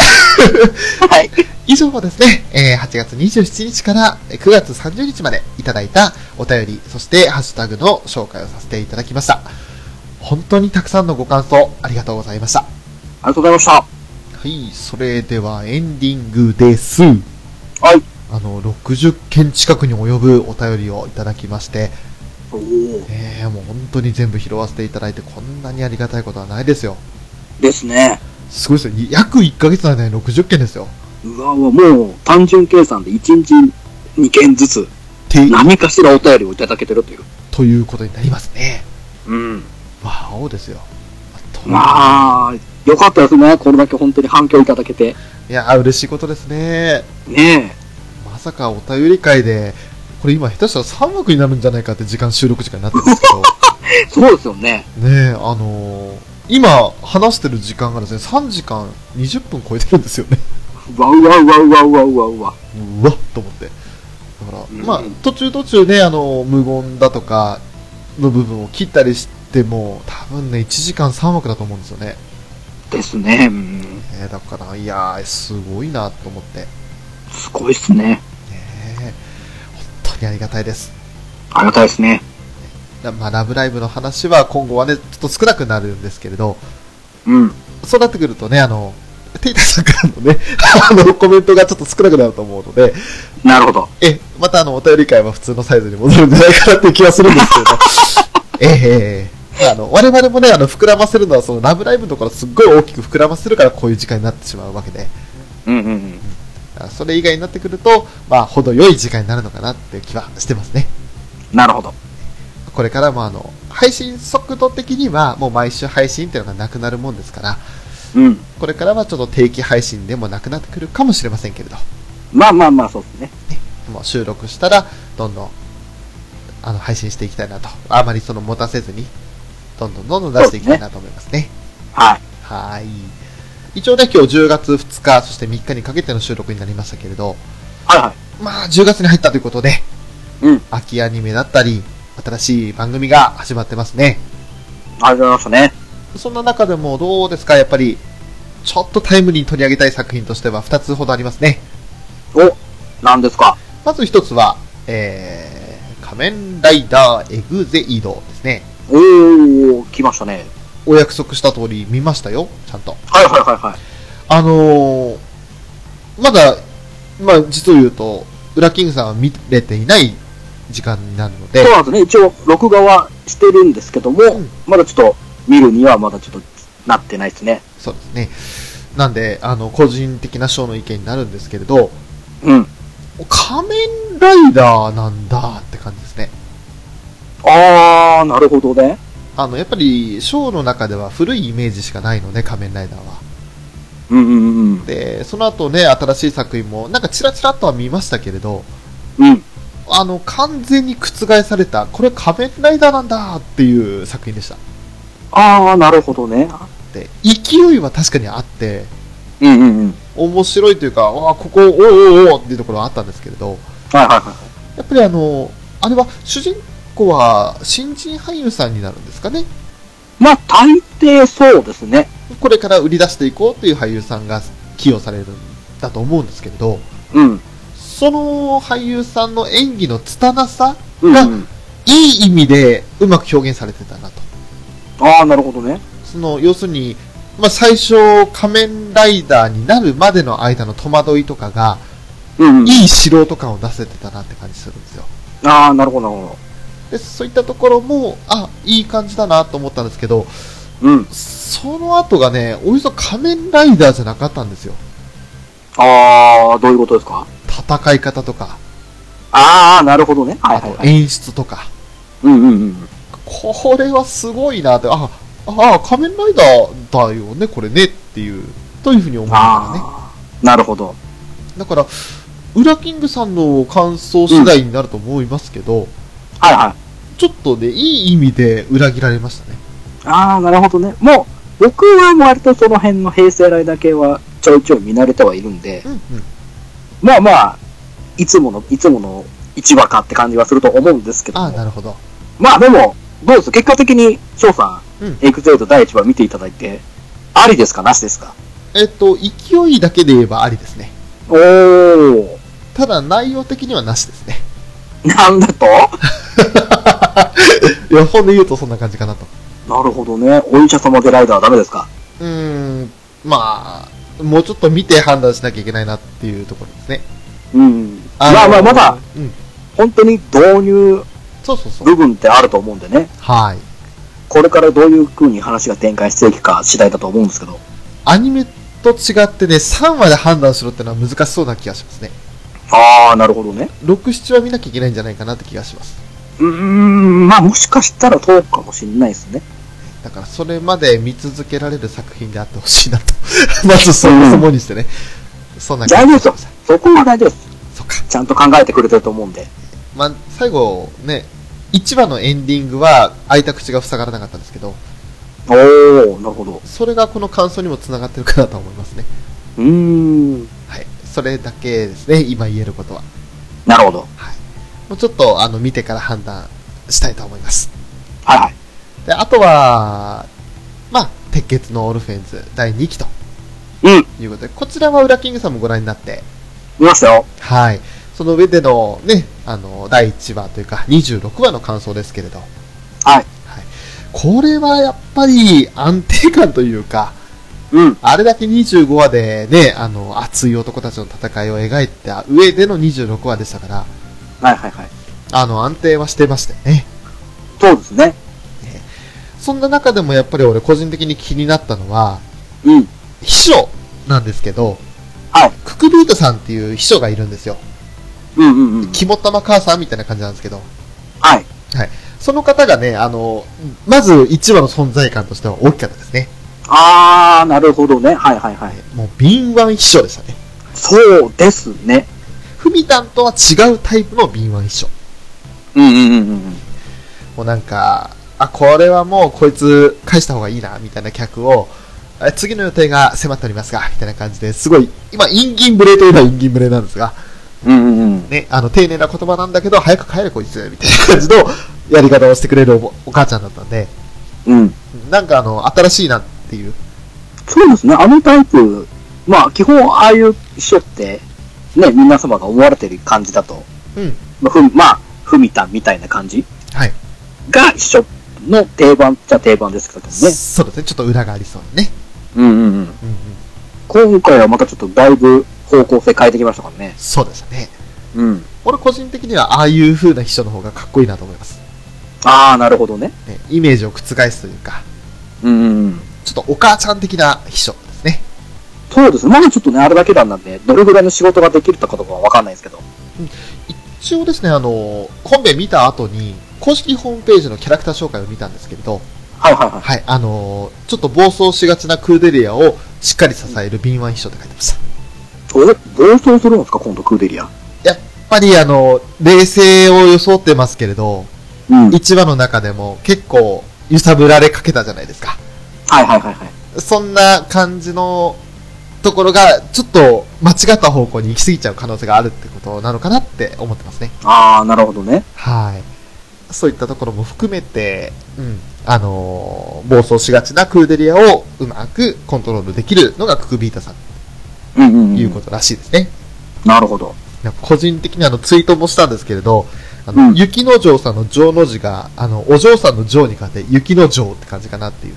[SPEAKER 1] はい。
[SPEAKER 2] 以上はですね、えー8月27日からえー9月30日までいただいたお便り、そしてハッシュタグの紹介をさせていただきました。本当にたくさんのご感想ありがとうございました。は
[SPEAKER 1] ありがとうございました。
[SPEAKER 2] い、それではエンディングです。
[SPEAKER 1] はい。
[SPEAKER 2] あの、60件近くに及ぶお便りをいただきまして、
[SPEAKER 1] おお。
[SPEAKER 2] えー、もう本当に全部拾わせていただいて、こんなにありがたいことはないですよ。
[SPEAKER 1] ですね。
[SPEAKER 2] すごいですよ。約1ヶ月の間に60件ですよ。
[SPEAKER 1] うわうわ、もう、単純計算で1日2件ずつ、
[SPEAKER 2] て、
[SPEAKER 1] 何かしらお便りをいただけてるという。
[SPEAKER 2] ということになりますね。
[SPEAKER 1] うん。
[SPEAKER 2] わおですよ。と
[SPEAKER 1] まあ、よかったですね。これだけ本当に反響いただけて。
[SPEAKER 2] いやー、嬉しいことですね。
[SPEAKER 1] ね
[SPEAKER 2] まさかお便り会で、これ今下手したら3枠になるんじゃないかって時間収録時間になってるんですけ
[SPEAKER 1] [laughs] え。そうですよね。
[SPEAKER 2] ど、ねえ、あのー今話してる時間がですね、3時間20分超えてるんですよね。
[SPEAKER 1] うわうわうわうわうわうわうわ。
[SPEAKER 2] うわっと思って。だか
[SPEAKER 1] ん
[SPEAKER 2] ら、まあ、途中途中ね、あの、無言だとかの部分を切ったりしても、多分ね、1時間3枠だと思うんですよね。
[SPEAKER 1] ですね。うん。
[SPEAKER 2] えーだから、いやー、すごいなと思って。ね
[SPEAKER 1] すごいっすね。
[SPEAKER 2] え本当にありがたいです。
[SPEAKER 1] ありがたいですね。
[SPEAKER 2] なまあ、ラブライブの話は今後はね、ちょっと少なくなるんですけれど、
[SPEAKER 1] うん。
[SPEAKER 2] そうなってくるとね、あの、テイタさんからのね、 [laughs] あの、コメントがちょっと少なくなると思うので、
[SPEAKER 1] なるほど。
[SPEAKER 2] え、またあの、お便り会は普通のサイズに戻るんじゃないかなっていう気はするんですけど。ええまああの、我々もね、あの、膨らませるのは、その、ラブライブのところすっごい大きく膨らませるから、こういう時間になってしまうわけで、
[SPEAKER 1] うんうんうん。
[SPEAKER 2] あそれ以外になってくると、まあ、程よい時間になるのかなっていう気はしてますね。
[SPEAKER 1] なるほど。
[SPEAKER 2] これからもあの、配信速度的には、もう毎週配信っていうのがなくなるもんですから、
[SPEAKER 1] うん。
[SPEAKER 2] これからはちょっと定期配信でもなくなってくるかもしれませんけれど、
[SPEAKER 1] まあまあまあ、そうですね。
[SPEAKER 2] もう収録したら、どんどん、あの、配信していきたいなと。あまりその、持たせずに、どんどんどんどん出していきたいなと思いますね。
[SPEAKER 1] はい。
[SPEAKER 2] はーい。一応ね、今日10月2日、そして3日にかけての収録になりましたけれど、
[SPEAKER 1] はいはい。
[SPEAKER 2] まあ、10月に入ったということで、
[SPEAKER 1] うん。
[SPEAKER 2] 秋アニメだったり、新しい番組が始まってますね。
[SPEAKER 1] ありがとうございましたね。
[SPEAKER 2] そんな中でもどうですかやっぱり、ちょっとタイムリーに取り上げたい作品としては2つほどありますね。
[SPEAKER 1] お、なんですか。
[SPEAKER 2] まず一つは、えー、仮面ライダーエグゼイドですね。
[SPEAKER 1] おー、来ましたね。
[SPEAKER 2] お約束した通り見ましたよ、ちゃんと。
[SPEAKER 1] はいはいはいはい。
[SPEAKER 2] あのー、まだ、まあ実を言うと、ウラキングさんは見れていない時間になるので
[SPEAKER 1] そう、なんですね。一応、録画はしてるんですけども、
[SPEAKER 2] ん
[SPEAKER 1] まだちょっと、見るにはまだちょっと、なってないですね。
[SPEAKER 2] そうですね。なんで、あの、個人的なショーの意見になるんですけれど、
[SPEAKER 1] うん。
[SPEAKER 2] 仮面ライダーなんだって感じですね。
[SPEAKER 1] あー、なるほどね。
[SPEAKER 2] あの、やっぱり、ショーの中では古いイメージしかないので、仮面ライダーは。
[SPEAKER 1] ううんうんうん。
[SPEAKER 2] で、その後ね、新しい作品も、なんかチラチラっとは見ましたけれど、
[SPEAKER 1] うん。
[SPEAKER 2] あの、完全に覆された、これ仮面ライダーなんだっていう作品でした。
[SPEAKER 1] ああ、なるほどね。
[SPEAKER 2] で、勢いは確かにあって、
[SPEAKER 1] うんうんうん。
[SPEAKER 2] 面白いというか、わあ、ここ、おうおうおうっていうところはあったんですけれど、
[SPEAKER 1] はいはいはい。
[SPEAKER 2] やっぱりあの、あれは、主人公は新人俳優さんになるんですかね。
[SPEAKER 1] まあ、大抵そうですね。
[SPEAKER 2] これから売り出していこうという俳優さんが起用されるんだと思うんですけれど、
[SPEAKER 1] うん。
[SPEAKER 2] その俳優さんの演技の拙さ、
[SPEAKER 1] うん、う
[SPEAKER 2] が
[SPEAKER 1] ん。
[SPEAKER 2] いい意味でうまく表現されてたなと。
[SPEAKER 1] ああ、なるほどね。
[SPEAKER 2] その、要するに、まあ、最初、仮面ライダーになるまでの間の戸惑いとかが、
[SPEAKER 1] うん、うん。
[SPEAKER 2] いい素人感を出せてたなって感じするんですよ。
[SPEAKER 1] ああ、なるほどなるほ
[SPEAKER 2] で、そういったところも、あ、いい感じだなと思ったんですけど、
[SPEAKER 1] ど。うん。
[SPEAKER 2] その後がね、およそ仮面ライダーじゃなかったんですよ。
[SPEAKER 1] ああ、どういうことですか
[SPEAKER 2] 戦い方とか、
[SPEAKER 1] ああ、なるほどね。はい
[SPEAKER 2] あ
[SPEAKER 1] はい
[SPEAKER 2] と
[SPEAKER 1] はい。
[SPEAKER 2] 演出とか。
[SPEAKER 1] うんうんうん。
[SPEAKER 2] これはすごいなって、あ、あ、仮面ライダーだよね、これねっていう、というふうに思いましたね。
[SPEAKER 1] ああ、なるほど。
[SPEAKER 2] だから、ウラキングさんの感想次第になると思いますけど、
[SPEAKER 1] はいはい。
[SPEAKER 2] ちょっとね、いい意味で裏切られましたね。
[SPEAKER 1] ああ、なるほどね。もう、僕は割とその辺の平成ライダー系はちょいちょい見慣れてはいるんで、
[SPEAKER 2] うんうん。
[SPEAKER 1] まあまあ、いつもの、いつもの一話かって感じはすると思うんですけども
[SPEAKER 2] ああ、なるほど。
[SPEAKER 1] まあでも、どうです結果的に、翔さん、
[SPEAKER 2] うん
[SPEAKER 1] エグゼイト第1話見ていただいて、ありですかなしですか
[SPEAKER 2] えっと、勢いだけで言えばありですね。
[SPEAKER 1] おー。
[SPEAKER 2] ただ、内容的にはなしですね。
[SPEAKER 1] なんだと
[SPEAKER 2] 予報で言うとそんな感じかなと。
[SPEAKER 1] なるほどね。お医者様でライダーはダメですか
[SPEAKER 2] うーん、まあ、もうちょっと見て判断しなきゃいけないなっていうところですね。
[SPEAKER 1] うん。
[SPEAKER 2] の
[SPEAKER 1] まあまあ、まだ、、
[SPEAKER 2] うん。
[SPEAKER 1] 本当に導入
[SPEAKER 2] そうそうそう。
[SPEAKER 1] 部分ってあると思うんでね。
[SPEAKER 2] はい。
[SPEAKER 1] これからどういう風に話が展開していくか次第だと思うんですけど。
[SPEAKER 2] アニメと違ってね、3話で判断しろってのは難しそうな気がしますね。
[SPEAKER 1] ああ、なるほどね。
[SPEAKER 2] 6、7話見なきゃいけないんじゃないかなって気がします。
[SPEAKER 1] うーん、まあもしかしたらそうかもしれないですね。
[SPEAKER 2] だからそれまで見続けられる作品であってほしいなと。 [laughs] まずそもそもにしてね。そんな
[SPEAKER 1] 大丈夫
[SPEAKER 2] 感
[SPEAKER 1] で
[SPEAKER 2] じ
[SPEAKER 1] すよ。そこは大丈夫です。
[SPEAKER 2] そっか。
[SPEAKER 1] ちゃんと考えてくれてると思うんで。
[SPEAKER 2] まあ、最後ね、1話のエンディングは開いた口が塞がらなかったんですけど、
[SPEAKER 1] おー、なるほど。
[SPEAKER 2] それがこの感想にも繋がってるかなと思いますね。
[SPEAKER 1] うーん、
[SPEAKER 2] はい。それだけですね、今言えることは。
[SPEAKER 1] なるほど。
[SPEAKER 2] もうちょっと、あの、見てから判断したいと思います。
[SPEAKER 1] はいはい。
[SPEAKER 2] で、あとは、まあ、鉄血のオルフェンズ第2期と
[SPEAKER 1] うん、
[SPEAKER 2] いうことで、こちらはウラキングさんもご覧になって、
[SPEAKER 1] 見ましたよ。
[SPEAKER 2] はい。その上でのね、あの、第1話というか、26話の感想ですけれど。はい。
[SPEAKER 1] はい。
[SPEAKER 2] これはやっぱり安定感というか、
[SPEAKER 1] うん、
[SPEAKER 2] あれだけ25話でね、あの、熱い男たちの戦いを描いた上での26話でしたから、
[SPEAKER 1] はいはいはい。
[SPEAKER 2] あの、安定はしてましたよね。
[SPEAKER 1] そうですね。
[SPEAKER 2] そんな中でもやっぱり俺個人的に気になったのは、
[SPEAKER 1] うん、
[SPEAKER 2] 秘書なんですけど、
[SPEAKER 1] はい。
[SPEAKER 2] ククビートさんっていう秘書がいるんですよ。
[SPEAKER 1] うんうんうん。
[SPEAKER 2] 肝玉母さんみたいな感じなんですけど、
[SPEAKER 1] はい。
[SPEAKER 2] その方がね、あの、まず1話の存在感としては大きかったですね。
[SPEAKER 1] あー、なるほどね。はいはいはい。
[SPEAKER 2] もう敏腕秘書でしたね。
[SPEAKER 1] そうですね。
[SPEAKER 2] フミタンとは違うタイプの敏腕秘書。
[SPEAKER 1] うんうんうんうん。
[SPEAKER 2] もうなんか、あ、これはもうこいつ返した方がいいな、みたいな客を、あ次の予定が迫っておりますが、みたいな感じですごい、今、インギンブレといえばインギンブレなんですが、
[SPEAKER 1] うんうんうん。
[SPEAKER 2] ね、あの、丁寧な言葉なんだけど、早く帰れこいつ、みたいな感じのやり方をしてくれるおぼお母ちゃんだったんで、
[SPEAKER 1] うん。
[SPEAKER 2] なんかあの、新しいなっていう、
[SPEAKER 1] そうですね。あのタイプ、まあ基本ああいう人って、ね、皆様が思われてる感じだと。
[SPEAKER 2] うん、
[SPEAKER 1] まあ、ふまあ、ふみたみたいな感じ
[SPEAKER 2] はい。
[SPEAKER 1] が秘書の定番っちゃ定番ですけどね。
[SPEAKER 2] そうですね、ちょっと裏がありそうにね。
[SPEAKER 1] うんうんうん。
[SPEAKER 2] うんうん、
[SPEAKER 1] 今回はまたちょっとだいぶ方向性変えてきましたからね。
[SPEAKER 2] そうでしたね。
[SPEAKER 1] うん。
[SPEAKER 2] 俺個人的には、ああいう風な秘書の方がかっこいいなと思います。
[SPEAKER 1] ああ、なるほどね。
[SPEAKER 2] ね、イメージを覆すというか、
[SPEAKER 1] うんうんうん。
[SPEAKER 2] ちょっとお母ちゃん的な秘書ですね。
[SPEAKER 1] そうですね。まだちょっとね、あれだけなんなんで、どれぐらいの仕事ができるとかとかはわかんないですけど。
[SPEAKER 2] 一応ですね、あの、コンペ見た後に、公式ホームページのキャラクター紹介を見たんですけれど、
[SPEAKER 1] はいはいはい。
[SPEAKER 2] はい、あのーちょっと暴走しがちなクーデリアをしっかり支える敏腕秘書って書いてました。
[SPEAKER 1] お暴走するんですか、今度クーデリア。
[SPEAKER 2] やっぱりあの、冷静を装ってますけれど、
[SPEAKER 1] うん。はい
[SPEAKER 2] 1話の中でも結構揺さぶられかけたじゃないですか。
[SPEAKER 1] はいはいはい。
[SPEAKER 2] そんな感じのところが、ちょっと間違った方向に行き過ぎちゃう可能性があるってことなのかなって思ってますね。
[SPEAKER 1] ああ、なるほどね。
[SPEAKER 2] はい。そういったところも含めて、うん、あのー暴走しがちなクーデリアをうまくコントロールできるのがククビータさん
[SPEAKER 1] うんうん、
[SPEAKER 2] と
[SPEAKER 1] う。
[SPEAKER 2] いうんことらしいですね。
[SPEAKER 1] なるほど。
[SPEAKER 2] なんか個人的にあのツイートもしたんですけれど、あの、
[SPEAKER 1] うん
[SPEAKER 2] 雪の城さんの城の字が、あの、お嬢さんの城に変わって雪の城って感じかなっていう。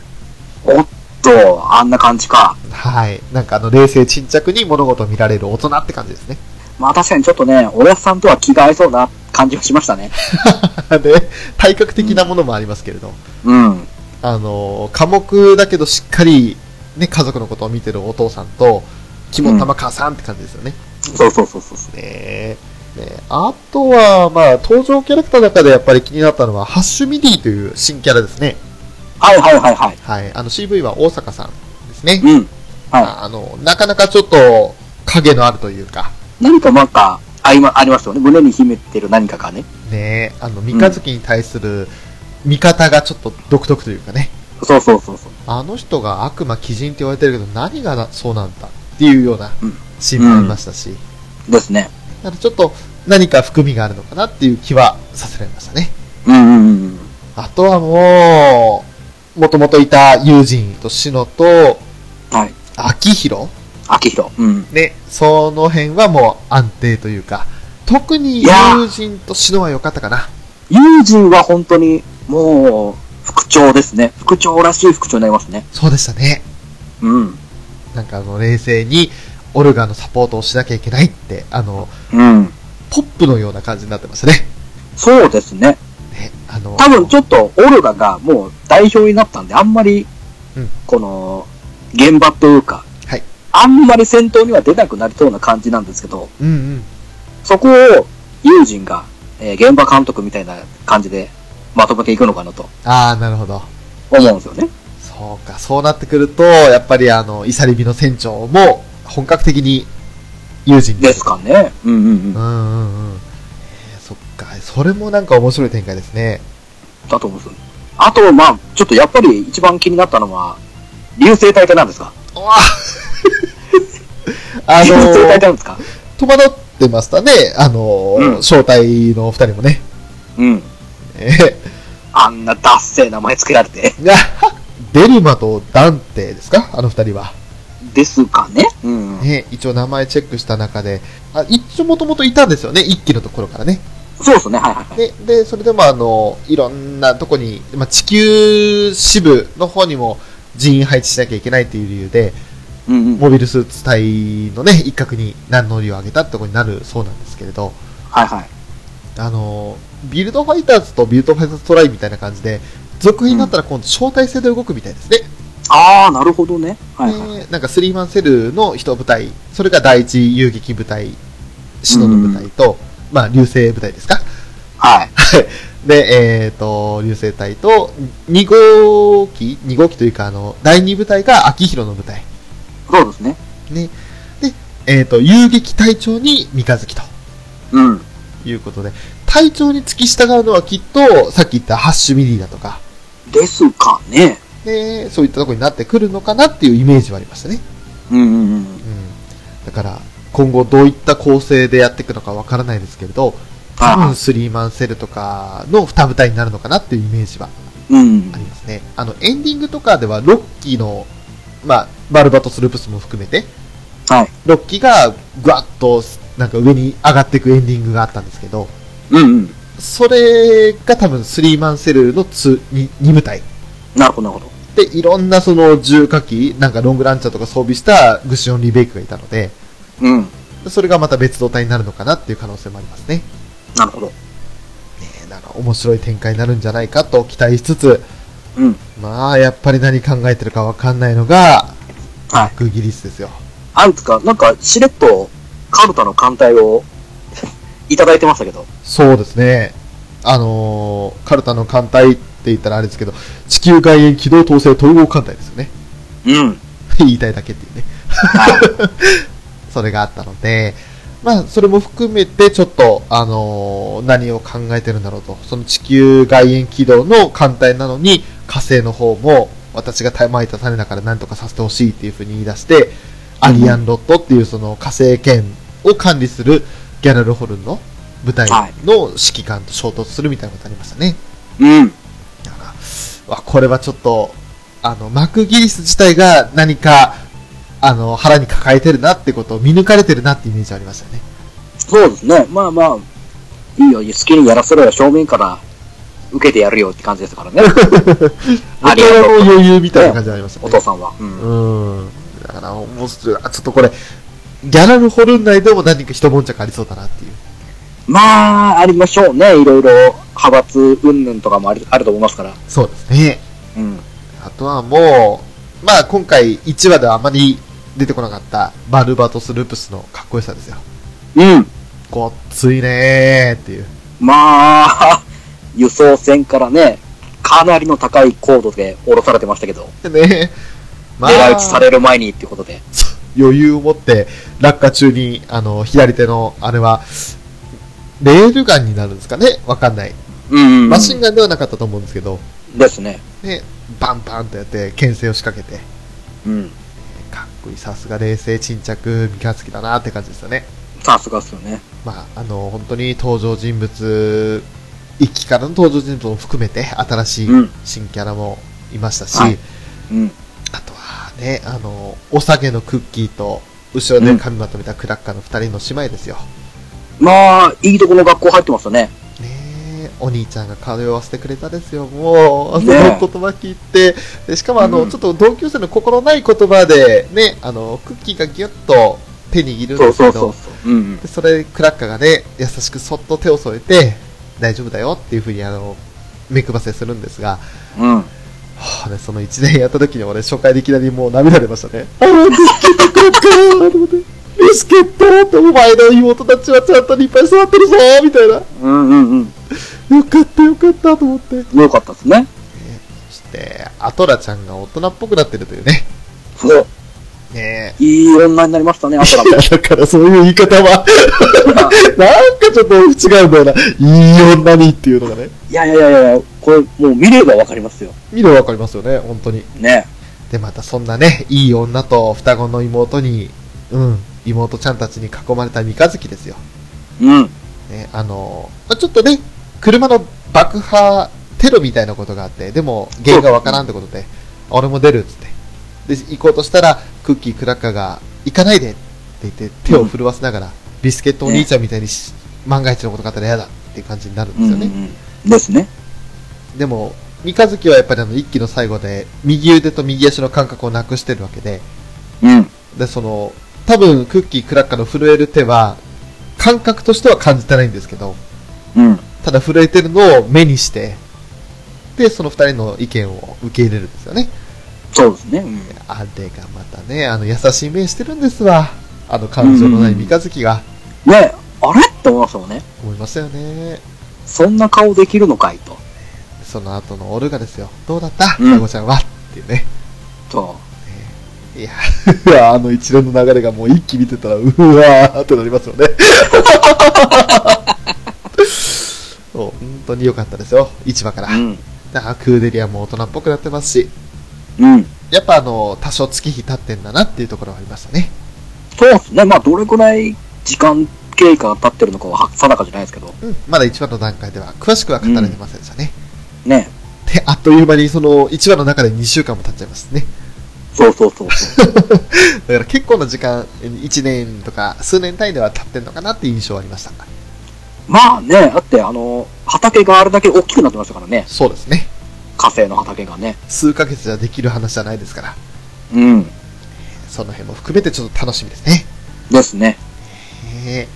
[SPEAKER 1] おっと、あんな感じか。
[SPEAKER 2] はい。なんかあの、冷静沈着に物事を見られる大人って感じですね。
[SPEAKER 1] まあ確かにちょっとね、おやすさんとは気が合いそうな感じがしましたね。
[SPEAKER 2] [laughs] で、体格的なものもありますけれど、
[SPEAKER 1] うん。
[SPEAKER 2] あの、寡黙だけどしっかり、ね、家族のことを見てるお父さんと、肝玉母さんって感じですよね。
[SPEAKER 1] そうそうそうそうそう。
[SPEAKER 2] ねえねあとは、まあ、登場キャラクターの中でやっぱり気になったのは、ハッシュミディという新キャラですね。
[SPEAKER 1] はいはいはいはい。
[SPEAKER 2] はい。あの、CV は大阪さんですね。
[SPEAKER 1] うん。は
[SPEAKER 2] ああの、なかなかちょっと、影のあるというか、
[SPEAKER 1] い。何かなんか、ありま、ありますよね。胸に秘めてる何かがね。
[SPEAKER 2] ねあの、三日月に対する見方がちょっと独特というかね、
[SPEAKER 1] そうそうそうそう。
[SPEAKER 2] あの人が悪魔、鬼人って言われてるけど、何がなそうなんだっていうような
[SPEAKER 1] うん
[SPEAKER 2] シーンもありましたし、
[SPEAKER 1] ですね。
[SPEAKER 2] だからちょっと何か含みがあるのかなっていう気はさせられましたね。
[SPEAKER 1] うんうんうんうん。
[SPEAKER 2] あとはもう、もともといた友人とシノと、
[SPEAKER 1] はい。
[SPEAKER 2] 秋広
[SPEAKER 1] 秋広。うん。
[SPEAKER 2] ね、その辺はもう安定というか、特に
[SPEAKER 1] いやー
[SPEAKER 2] 友人とシノは良かったかな。
[SPEAKER 1] 友人は本当に、もう、副長ですね。副長らしい副長になりますね。
[SPEAKER 2] そうでしたね。
[SPEAKER 1] うん。
[SPEAKER 2] なんかあの、冷静に、オルガのサポートをしなきゃいけないって、あの、
[SPEAKER 1] うん。
[SPEAKER 2] ポップのような感じになってましたね。
[SPEAKER 1] そうですね。
[SPEAKER 2] ね、あの、
[SPEAKER 1] 多分ちょっとオルガがもう代表になったんで、あんまり
[SPEAKER 2] うん、
[SPEAKER 1] この、現場というか、
[SPEAKER 2] はい
[SPEAKER 1] あんまり戦闘には出なくなりそうな感じなんですけど、
[SPEAKER 2] うんうん。
[SPEAKER 1] そこを友人が、えー現場監督みたいな感じでまとめていくのかなと
[SPEAKER 2] あー、なるほど。
[SPEAKER 1] 思うんですよね。
[SPEAKER 2] そうか、そうなってくると、やっぱりあの、イサリビの船長も、本格的に、友人
[SPEAKER 1] ですかね。うんうん
[SPEAKER 2] う
[SPEAKER 1] うんん。
[SPEAKER 2] うんうん。えーそっか、それもなんか面白い展開ですね。
[SPEAKER 1] だと思うんですよね。あと、まあ、ちょっとやっぱり一番気になったのは、流星体って何ですか
[SPEAKER 2] うわ [laughs] あ
[SPEAKER 1] 流星 [laughs] 体って
[SPEAKER 2] の、
[SPEAKER 1] 何ですか
[SPEAKER 2] 戸惑ってましたね。あの、
[SPEAKER 1] うん
[SPEAKER 2] 招待のお二人もね。
[SPEAKER 1] うん。
[SPEAKER 2] えー
[SPEAKER 1] あんなダッセー名前つけられて。
[SPEAKER 2] いや [laughs] デルマとダンテですかあの二人は。
[SPEAKER 1] ですかね。うん。
[SPEAKER 2] ね、一応名前チェックした中で、あ、一応もともといたんですよね、一期のところからね。
[SPEAKER 1] そうですね。はいはいはい。
[SPEAKER 2] で、で、それでもあの、いろんなとこに、まあ、地球支部の方にも人員配置しなきゃいけないっていう理由で、
[SPEAKER 1] うんうん。
[SPEAKER 2] モビルスーツ隊のね、一角に何乗りを上げたってことになるそうなんですけれど、
[SPEAKER 1] はいはい。
[SPEAKER 2] あの、ビルドファイターズとビルドファイターズトライみたいな感じで、続編になったら今度招待制で動くみたいですね。
[SPEAKER 1] ああ、なるほどね。はいはい。
[SPEAKER 2] でなんかスリーマンセルの一部隊、それが第一遊撃部隊、シノの部隊と、まあ、流星部隊ですか。
[SPEAKER 1] はい。
[SPEAKER 2] で、えっ、と、流星隊と、2号機、2号機というか、あの、第2部隊が秋広の部隊。
[SPEAKER 1] そうですね。
[SPEAKER 2] ね。で、えっ、と、遊撃隊長に三日月と
[SPEAKER 1] うん。
[SPEAKER 2] いうことで、隊長に付き従うのはきっと、さっき言ったハッシュミディだとか、
[SPEAKER 1] ですかね。
[SPEAKER 2] で、そういったところになってくるのかなっていうイメージはありましたね。
[SPEAKER 1] うんうんうん。
[SPEAKER 2] うん、だから今後どういった構成でやっていくのかわからないですけれど多
[SPEAKER 1] あ
[SPEAKER 2] 分スリーマンセルとかの二部隊になるのかなっていうイメージは
[SPEAKER 1] うん
[SPEAKER 2] あ。りますねあのエンディングとかではロッキーの、まあ、バルバトスループスも含めて
[SPEAKER 1] はい。
[SPEAKER 2] ロッキーがぐわっとなんか上に上がっていくエンディングがあったんですけど
[SPEAKER 1] うんうん。
[SPEAKER 2] それが多分スリーマンセルの 2, 二部隊
[SPEAKER 1] なるほど、なるほど。
[SPEAKER 2] でいろんなその重火器なんかロングランチャーとか装備したグシオンリベイクがいたので
[SPEAKER 1] うん。
[SPEAKER 2] それがまた別動隊になるのかなっていう可能性もありますね。ね
[SPEAKER 1] なるほど。
[SPEAKER 2] えなんか面白い展開になるんじゃないかと期待しつつ、
[SPEAKER 1] うん。
[SPEAKER 2] まあ、やっぱり何考えてるかわかんないのが、
[SPEAKER 1] はい。
[SPEAKER 2] グギリスですよ。
[SPEAKER 1] あんつか、なんか、しれっと、カルタの艦隊を、 [laughs] いただいてましたけど。
[SPEAKER 2] そうですね。あのー、カルタの艦隊って言ったらあれですけど、地球外縁軌道統制統合艦隊ですよね。
[SPEAKER 1] うん。
[SPEAKER 2] [laughs] 言いたいだけっていうね。 [laughs] それがあったので、まあ、それも含めて、ちょっと、あのー何を考えてるんだろうと。その地球外縁軌道の艦隊なのに、火星の方も、私がまいた種だから何とかさせてほしいっていうふうに言い出して、アリアンロットっていうその火星圏を管理するギャラルホルンの部隊の指揮官と衝突するみたいなことありましたね。
[SPEAKER 1] うん。
[SPEAKER 2] だからわこれはちょっとあのマクギリス自体が何かあの腹に抱えてるなってことを見抜かれてるなってイメージありましたよね
[SPEAKER 1] そうですね。まあまあ、いいよ、好きにやらせろよ、正面から受けてやるよって感じですから [laughs] ね。ありがとう
[SPEAKER 2] 大人の余裕みたいな感じがありましたね
[SPEAKER 1] お父さんは。うん。
[SPEAKER 2] うんだからもうちょっとあちょっとこれギャラルホルン内でも何か一悶着ありそうだなっていう
[SPEAKER 1] まあ、ありましょうね。いろいろ、派閥云々とかもあるあると思いますから。
[SPEAKER 2] そうですね
[SPEAKER 1] うん。
[SPEAKER 2] あとはもうまあ今回1話ではあまり出てこなかったバルバトス・ループスのかっこよさですよ
[SPEAKER 1] うん。
[SPEAKER 2] ごっついねーっていう
[SPEAKER 1] まあ、 [laughs] 輸送船からね、かなりの高い高度で降ろされてましたけど、
[SPEAKER 2] ねま
[SPEAKER 1] 狙い撃ちされる前にっていうことで。
[SPEAKER 2] 余裕を持って落下中にあの左手のあれはレールガンになるんですかねわかんない
[SPEAKER 1] うん
[SPEAKER 2] マシンガンではなかったと思うんですけど、
[SPEAKER 1] ですね。
[SPEAKER 2] ね、バンバンとやって牽制を仕掛けて
[SPEAKER 1] うん。
[SPEAKER 2] かっこいいさすが冷静沈着三日月だなって感じですよね
[SPEAKER 1] さすがっすよね。
[SPEAKER 2] まああの本当に登場人物一期からの登場人物も含めて新しい
[SPEAKER 1] うん
[SPEAKER 2] 新キャラもいましたし、
[SPEAKER 1] はいうん。
[SPEAKER 2] あとはねあのお酒のクッキーと後ろで髪まとめたクラッカーの2人の姉妹ですよ、
[SPEAKER 1] まあ、いいとこの学校入ってましたね。
[SPEAKER 2] ねえ、お兄ちゃんが通わせてくれたですよ、もう、その
[SPEAKER 1] ねえ
[SPEAKER 2] 言葉聞いて、でしかもあの、
[SPEAKER 1] うん
[SPEAKER 2] ちょっと同級生の心ない言葉で、ね、あのクッキーがぎゅっと手に握るん
[SPEAKER 1] そ
[SPEAKER 2] で
[SPEAKER 1] う
[SPEAKER 2] すけ
[SPEAKER 1] そう
[SPEAKER 2] ど、
[SPEAKER 1] そうそう。うん。
[SPEAKER 2] でそれ、クラッカーがね、優しくそっと手を添えて、大丈夫だよっていうふうにあの目配せするんですが、
[SPEAKER 1] うん。
[SPEAKER 2] はあね、その1年やった時に俺、初回でいきなりもう涙出ましたね。ああ、ビスケットクラッカーと思ってビスケットってお前の妹たちはちゃんと立派に育ってるぞみたいな。
[SPEAKER 1] うんうん
[SPEAKER 2] よかったよかったと思って。
[SPEAKER 1] うん。よかったですね。
[SPEAKER 2] そして、アトラちゃんが大人っぽくなってるというね。
[SPEAKER 1] そう。
[SPEAKER 2] ね
[SPEAKER 1] いい女になりましたね、あたら
[SPEAKER 2] いや、だからそういう言い方は、 [laughs]
[SPEAKER 1] [laughs]
[SPEAKER 2] なんかちょっと違うんだよな。いい女にっていうのがね。
[SPEAKER 1] いやいやいやいや、これもう見ればわかりますよ。
[SPEAKER 2] 見ればわかりますよね、本当に。
[SPEAKER 1] ね。
[SPEAKER 2] で、またそんなね、いい女と双子の妹に、うん、妹ちゃんたちに囲まれた三日月ですよ。
[SPEAKER 1] うん。
[SPEAKER 2] ね、あの、まあちょっとね、車の爆破テロみたいなことがあって、でも原因がわからんってことで、俺も出るっつって。で、行こうとしたら、クッキークラッカーが、行かないでって言って、手を震わせながら、ビスケットお兄ちゃんみたいにし、万が一のことがあったら嫌だっていう感じになるん
[SPEAKER 1] う
[SPEAKER 2] です
[SPEAKER 1] ん
[SPEAKER 2] よね。
[SPEAKER 1] うん。ですね。
[SPEAKER 2] でも、三日月はやっぱりあの、一期の最後で、右腕と右足の感覚をなくしてるわけで、
[SPEAKER 1] うん。
[SPEAKER 2] で、その、多分、クッキークラッカーの震える手は、感覚としては感じてないんですけど、
[SPEAKER 1] うん。
[SPEAKER 2] ただ震えてるのを目にして、で、その二人の意見を受け入れるんですよね。
[SPEAKER 1] そうですね。うん。
[SPEAKER 2] あれがまたね、あの、優しい目してるんですわ。あの、感情のない三日月が。
[SPEAKER 1] ねあれって思いましたもんね。
[SPEAKER 2] 思いましたよね。
[SPEAKER 1] そんな顔できるのかいと。
[SPEAKER 2] その後のオルガですよ。どうだった
[SPEAKER 1] うん
[SPEAKER 2] タゴちゃんはっていうね。
[SPEAKER 1] そ
[SPEAKER 2] いや、 [laughs] あの一連の流れがもう一気見てたら、うわーってなりますよね。 [laughs] そう、本当に良かったですよ。市場から
[SPEAKER 1] う。う。ん。
[SPEAKER 2] だからクーデリアも大人っぽくなってますし、
[SPEAKER 1] うん。
[SPEAKER 2] やっぱあの、多少月日経ってんだなっていうところはありましたね。
[SPEAKER 1] そうですね。まあ、どれくらい時間経過が経ってるのかは定かじゃないですけど。
[SPEAKER 2] うん。まだ1話の段階では、詳しくは語られてませんでしたね。
[SPEAKER 1] ね
[SPEAKER 2] で、あっという間にその1話の中で2週間も経っちゃいますね。
[SPEAKER 1] そうそうそうそう。
[SPEAKER 2] だから結構な時間、1年とか数年単位では経ってんのかなっていう印象はありました。
[SPEAKER 1] まあね、だってあの、畑があれだけ大きくなってましたからね。
[SPEAKER 2] そうですね。
[SPEAKER 1] 火星の畑がね。
[SPEAKER 2] 数ヶ月じゃできる話じゃないですから、
[SPEAKER 1] うん。
[SPEAKER 2] その辺も含めてちょっと楽しみですね。
[SPEAKER 1] ですね。
[SPEAKER 2] へえ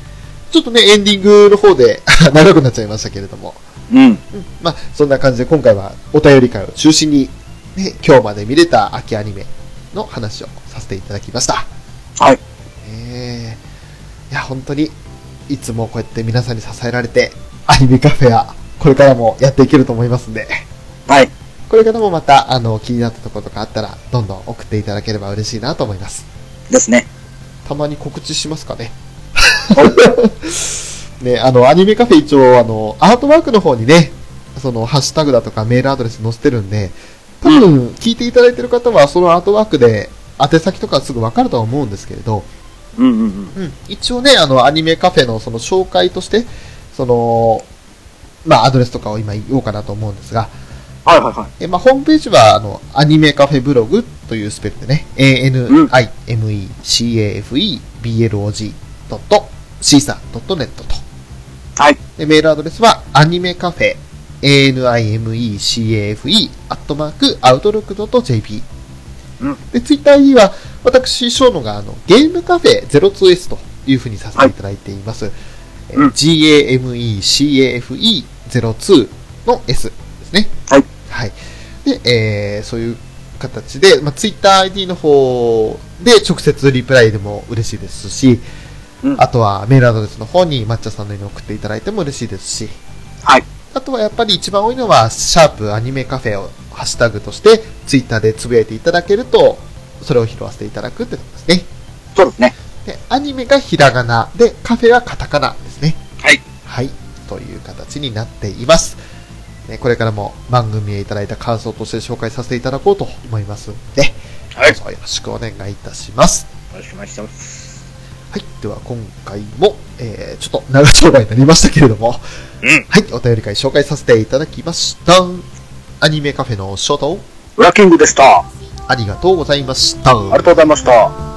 [SPEAKER 2] ちょっとね、エンディングの方で [laughs] 長くなっちゃいましたけれども、
[SPEAKER 1] うん。
[SPEAKER 2] うんまあ、そんな感じで今回はお便り会を中心に、ね、今日まで見れた秋アニメの話をさせていただきました。
[SPEAKER 1] はい。
[SPEAKER 2] えーいや、本当に、いつもこうやって皆さんに支えられて、アニメカフェはこれからもやっていけると思いますんで、
[SPEAKER 1] はい。
[SPEAKER 2] これからもまた、あの、気になったところとかあったら、どんどん送っていただければ嬉しいなと思います。
[SPEAKER 1] ですね。
[SPEAKER 2] たまに告知しますかね。 [laughs] ね、あの、アニメカフェ一応、あの、アートワークの方にね、その、ハッシュタグだとかメールアドレス載せてるんで、多分、聞いていただいてる方は、そのアートワークで、宛先とかすぐわかるとは思うんですけれど、
[SPEAKER 1] うんうんうん。
[SPEAKER 2] うん、一応ね、あの、アニメカフェのその紹介として、その、まあ、アドレスとかを今言おうかなと思うんですが、
[SPEAKER 1] はいはいはい。
[SPEAKER 2] えまあ、ホームページは、あの、アニメカフェブログというスペルでね、
[SPEAKER 1] うん
[SPEAKER 2] animecafe.blog.caesar.net と。
[SPEAKER 1] はい。
[SPEAKER 2] で、メールアドレスは、アニメカフェ、animecafe、アットマーク、アウトロック .jp。
[SPEAKER 1] うん
[SPEAKER 2] で、ツイッターには、私、翔野が、あの、ゲームカフェ 02S というふうにさせていただいています。えー
[SPEAKER 1] うん
[SPEAKER 2] gamecafe02 の S ですね。
[SPEAKER 1] はい。
[SPEAKER 2] はい。で、えー、そういう形で、まあ、ツイッター ID の方で直接リプライでも嬉しいですし、
[SPEAKER 1] うん
[SPEAKER 2] あとはメールアドレスの方に抹茶さんのように送っていただいても嬉しいですし、
[SPEAKER 1] はい。
[SPEAKER 2] あとはやっぱり一番多いのは、シャープアニメカフェをハッシュタグとして、ツイッターでつぶやいていただけると、それを拾わせていただくってことですね。
[SPEAKER 1] そうですね。
[SPEAKER 2] で、アニメがひらがな、で、カフェはカタカナですね。
[SPEAKER 1] はい。
[SPEAKER 2] はい。という形になっています。ねこれからも番組へいただいた感想として紹介させていただこうと思いますので、
[SPEAKER 1] はい
[SPEAKER 2] どうぞよろしくお願いいたします。
[SPEAKER 1] お願いします。
[SPEAKER 2] はい。では、今回も、えー、ちょっと長丁場になりましたけれども、
[SPEAKER 1] うん。
[SPEAKER 2] はい。お便り会紹介させていただきました。アニメカフェのショート、
[SPEAKER 1] ウラキングでした。あ
[SPEAKER 2] ありがとうございました。
[SPEAKER 1] りがとうございました。